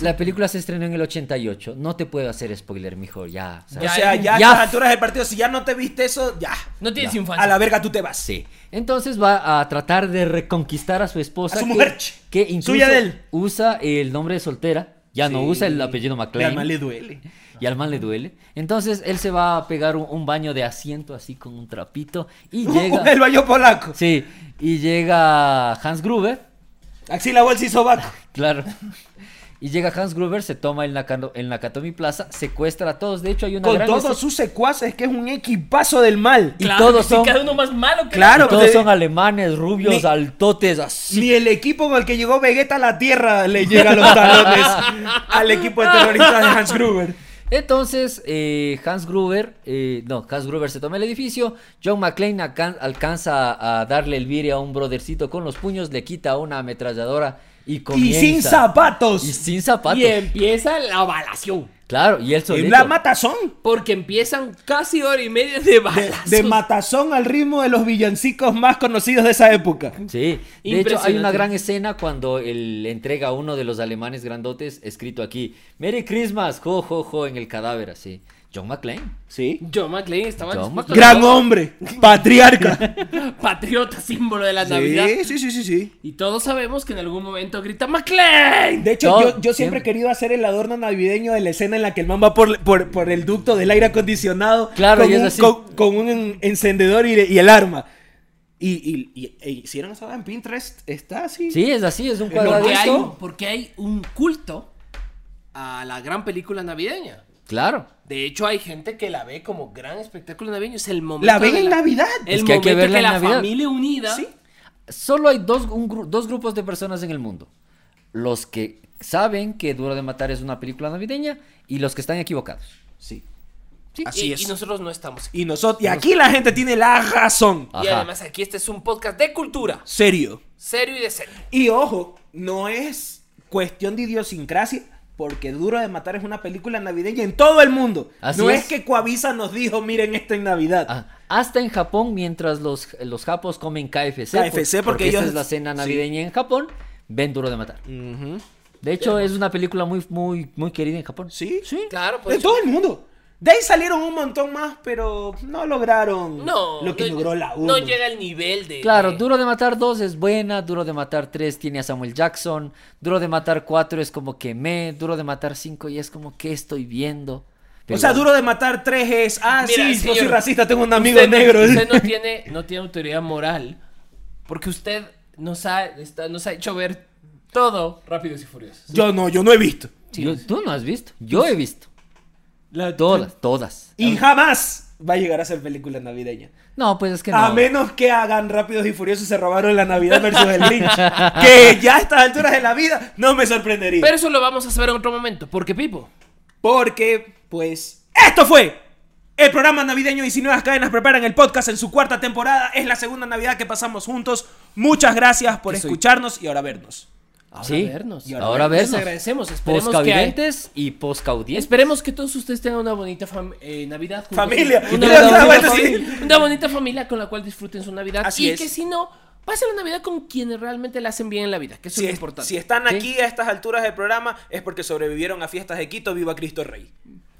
Speaker 2: La película se estrenó en el 88. No te puedo hacer spoiler, mijo, ya.
Speaker 1: o
Speaker 2: ¿sabes?
Speaker 3: Ya,
Speaker 1: sea, ya,
Speaker 2: ya.
Speaker 1: a las alturas del partido, si ya no te viste eso, ya.
Speaker 3: No tienes infancia.
Speaker 1: A la verga tú te vas.
Speaker 2: Sí. Entonces va a tratar de reconquistar a su esposa.
Speaker 1: A su
Speaker 2: que,
Speaker 1: mujer.
Speaker 2: que incluso
Speaker 1: Suya de él.
Speaker 2: usa el nombre de soltera. Ya no
Speaker 1: Sí.
Speaker 2: usa el apellido
Speaker 1: Y
Speaker 2: McClane.
Speaker 1: al mal le duele.
Speaker 2: Y al man le duele. Entonces él se va a pegar un, un baño de asiento así con un trapito.
Speaker 1: *laughs*
Speaker 2: Y llega.
Speaker 1: El baño polaco.
Speaker 2: Sí. Y llega Hans Gruber.
Speaker 1: Axila, bolsa y sobaco.
Speaker 2: Claro. Y llega Hans Gruber, se toma el, Nakano- el Nakatomi Plaza, secuestra a todos. De hecho, hay una
Speaker 1: Con
Speaker 2: gran escena-
Speaker 1: todos sus secuaces, que es un equipazo del mal.
Speaker 2: Y
Speaker 3: Claro
Speaker 2: todos
Speaker 3: que sí,
Speaker 2: son-
Speaker 3: cada uno más malo que
Speaker 1: Claro.
Speaker 2: y todos
Speaker 1: de-
Speaker 2: son alemanes, rubios,
Speaker 1: Ni-
Speaker 2: altotes, así.
Speaker 1: Ni el equipo con el que llegó Vegeta a la Tierra le llega los talones al equipo de terroristas de Hans Gruber.
Speaker 2: Entonces, eh, Hans Gruber, eh, no, Hans Gruber se toma el edificio. John McClane acan- alcanza a, a darle el vire a un brothercito con los puños, le quita una ametralladora y
Speaker 1: Y
Speaker 2: comienza.
Speaker 1: sin zapatos.
Speaker 2: Y sin zapatos.
Speaker 4: Y empieza la balación.
Speaker 2: Claro, y él solito.
Speaker 1: En la matazón.
Speaker 4: Porque empiezan casi hora y media de
Speaker 1: De,
Speaker 4: balazos.
Speaker 1: de matazón al ritmo de los villancicos más conocidos de esa época.
Speaker 2: Sí, de hecho hay una
Speaker 4: Impresionante.
Speaker 2: gran escena cuando él le entrega a uno de los alemanes grandotes, escrito aquí, Merry Christmas, jo, jo, jo, en el cadáver, así. John McClane.
Speaker 1: Sí.
Speaker 4: John McClane estaba
Speaker 2: John
Speaker 4: dispuesto a
Speaker 1: Gran
Speaker 4: todo.
Speaker 1: hombre, patriarca.
Speaker 4: patriota, símbolo de la Navidad.
Speaker 1: sí, sí, sí, sí, sí.
Speaker 4: Y todos sabemos que en algún momento grita McClane.
Speaker 1: De hecho,
Speaker 2: No,
Speaker 1: yo, yo siempre
Speaker 2: siempre.
Speaker 1: he querido hacer el adorno navideño de la escena en la que el man va por, por, por el ducto del aire acondicionado
Speaker 2: Claro,
Speaker 1: con,
Speaker 2: y es
Speaker 1: un,
Speaker 2: así.
Speaker 1: con- con un encendedor y, y el arma. Y, y- y- e hicieron esa en Pinterest, está así.
Speaker 2: Sí, es así, es un
Speaker 4: Porque hay,
Speaker 2: cuadradito.
Speaker 4: porque hay un culto a la gran película navideña.
Speaker 2: Claro.
Speaker 4: De hecho, hay gente que la ve como gran espectáculo navideño. Es el momento.
Speaker 1: La ven
Speaker 4: de
Speaker 1: en Navidad.
Speaker 4: El
Speaker 2: Es que hay que
Speaker 4: momento
Speaker 2: verla en
Speaker 4: que la
Speaker 2: Navidad.
Speaker 4: familia unida.
Speaker 1: Sí.
Speaker 2: Solo hay dos, un gru- dos grupos de personas en el mundo. Los que saben que Duro de Matar es una película navideña y los que están equivocados.
Speaker 1: Sí.
Speaker 4: Sí,
Speaker 1: Así
Speaker 4: y,
Speaker 1: es.
Speaker 4: y nosotros no estamos.
Speaker 1: Y, nosotros, y aquí la gente tiene la razón.
Speaker 2: Ajá.
Speaker 4: Y además, aquí este es un podcast de cultura.
Speaker 1: Serio.
Speaker 4: Serio y de serio.
Speaker 1: Y ojo, no es cuestión de idiosincrasia, porque Duro de Matar es una película navideña en todo el mundo.
Speaker 2: Así
Speaker 1: no es.
Speaker 2: es.
Speaker 1: que Coavisa nos dijo, miren esto en Navidad.
Speaker 2: Ah, hasta en Japón, mientras los, los japos comen KFC.
Speaker 1: KFC, porque
Speaker 2: esa
Speaker 1: ellos-
Speaker 2: es la cena
Speaker 1: sí.
Speaker 2: navideña en Japón, ven Duro de Matar. De hecho, es una película muy, muy, muy querida en Japón.
Speaker 1: ¿Sí?
Speaker 2: Sí.
Speaker 7: Claro, por
Speaker 1: De
Speaker 7: eso-
Speaker 1: todo el mundo. De ahí salieron un montón más, pero no lograron
Speaker 7: No,
Speaker 1: Mm. lo que
Speaker 7: no-
Speaker 1: logró la 1.
Speaker 7: No llega al nivel de.
Speaker 2: Claro,
Speaker 1: Eh.
Speaker 7: de-
Speaker 2: Duro de Matar 2 es buena, Duro de Matar 3 tiene a Samuel Jackson, Duro de Matar 4 es como que me, Duro de Matar 5 y es como que estoy viendo.
Speaker 1: O
Speaker 2: Pero
Speaker 1: sea,
Speaker 2: bueno,
Speaker 1: duro de matar tres es. Ah,
Speaker 7: Mira,
Speaker 1: sí, yo soy
Speaker 7: señor,
Speaker 1: racista, tengo un amigo
Speaker 7: Usted-
Speaker 1: negro.
Speaker 7: usted no
Speaker 1: No,
Speaker 7: tiene.
Speaker 3: No tiene autoridad moral porque usted nos ha, está- nos ha hecho ver todo Rápidos y Furiosos.
Speaker 1: *laughs* yo no, yo no he visto.
Speaker 2: yo- tú no has visto, yo
Speaker 1: Pues,
Speaker 2: he visto.
Speaker 3: La-
Speaker 2: Todas, todas.
Speaker 1: Y jamás va a llegar a ser película navideña.
Speaker 2: No, pues es que
Speaker 1: A
Speaker 2: no.
Speaker 1: menos que hagan Rápidos y Furiosos se robaron la Navidad versus el Grinch. *laughs* que ya a estas alturas de la vida no me sorprendería.
Speaker 3: Pero eso lo vamos a saber en otro momento. Porque Pipo,
Speaker 1: Porque, pues, esto fue el programa navideño y si nuevas cadenas preparan el podcast en su cuarta temporada. Es la segunda Navidad que pasamos juntos. Muchas gracias por
Speaker 3: Que soy-
Speaker 1: escucharnos y ahora vernos.
Speaker 3: ahora
Speaker 2: Sí,
Speaker 3: vernos.
Speaker 2: y ahora Ahora vernos.
Speaker 3: Les agradecemos. Esperemos que,
Speaker 2: Poscavidentes y poscaudientes.
Speaker 3: esperemos que todos ustedes tengan una bonita fam- eh, Navidad. juntos.
Speaker 1: Familia. Yo
Speaker 3: Una,
Speaker 1: *laughs*
Speaker 3: bonita
Speaker 1: estaba
Speaker 3: fami-
Speaker 1: diciendo-
Speaker 3: una bonita familia con la cual disfruten su Navidad.
Speaker 1: Así
Speaker 3: y
Speaker 1: es.
Speaker 3: que si no, pasen la Navidad con quienes realmente la hacen bien en la vida. Que eso
Speaker 1: Si, es-
Speaker 3: es lo importante.
Speaker 1: si están
Speaker 2: Sí.
Speaker 1: aquí a estas alturas del programa es porque sobrevivieron a fiestas de Quito. Viva Cristo Rey.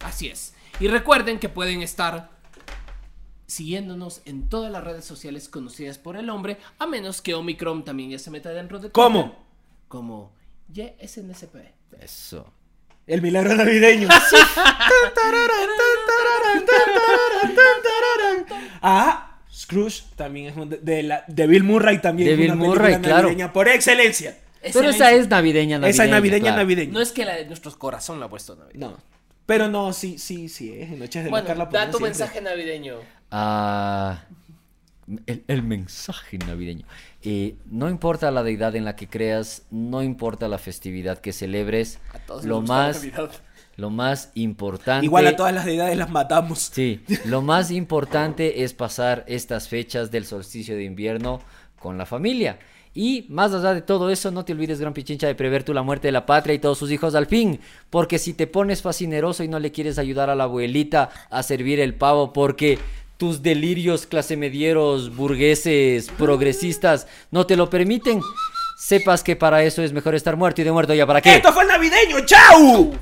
Speaker 3: Así es. Y recuerden que pueden estar siguiéndonos en todas las redes sociales conocidas por el hombre, a menos que Omicron también ya se meta dentro de Twitter,
Speaker 1: ¿Cómo?
Speaker 3: Como YSNSP.
Speaker 2: Eso.
Speaker 1: El milagro *laughs* navideño. ah, Scrooge también es un de, de la- de Bill Murray también.
Speaker 2: De
Speaker 1: es
Speaker 2: Bill
Speaker 1: una película
Speaker 2: Murray, claro.
Speaker 1: navideña Por excelencia.
Speaker 2: Pero esa es navideña, navideña.
Speaker 1: Esa es navideña,
Speaker 2: claro.
Speaker 1: navideña.
Speaker 3: No es que la de nuestros corazón la ha puesto Navidad.
Speaker 1: No. Pero no, sí, sí, sí, es en Noches de la
Speaker 3: Bueno,
Speaker 1: Carla
Speaker 3: da
Speaker 1: Pérez
Speaker 3: tu
Speaker 1: siempre.
Speaker 3: mensaje navideño.
Speaker 2: Ah, el, el mensaje navideño. Eh, no importa la deidad en la que creas, no importa la festividad que celebres,
Speaker 3: A todos nos
Speaker 2: lo
Speaker 3: gusta la
Speaker 2: más,
Speaker 3: Navidad.
Speaker 2: lo más importante.
Speaker 1: Igual a todas las deidades las matamos.
Speaker 2: Sí, lo más importante es pasar estas fechas del solsticio de invierno con la familia. Y más allá de todo eso, no te olvides, gran pichincha, de prever tú la muerte de la patria y todos sus hijos al fin. Porque si te pones fascineroso y no le quieres ayudar a la abuelita a servir el pavo, porque tus delirios clase medieros, burgueses, progresistas, no te lo permiten, sepas que para eso es mejor estar muerto y de muerto ya para qué.
Speaker 1: Esto fue el navideño, chau.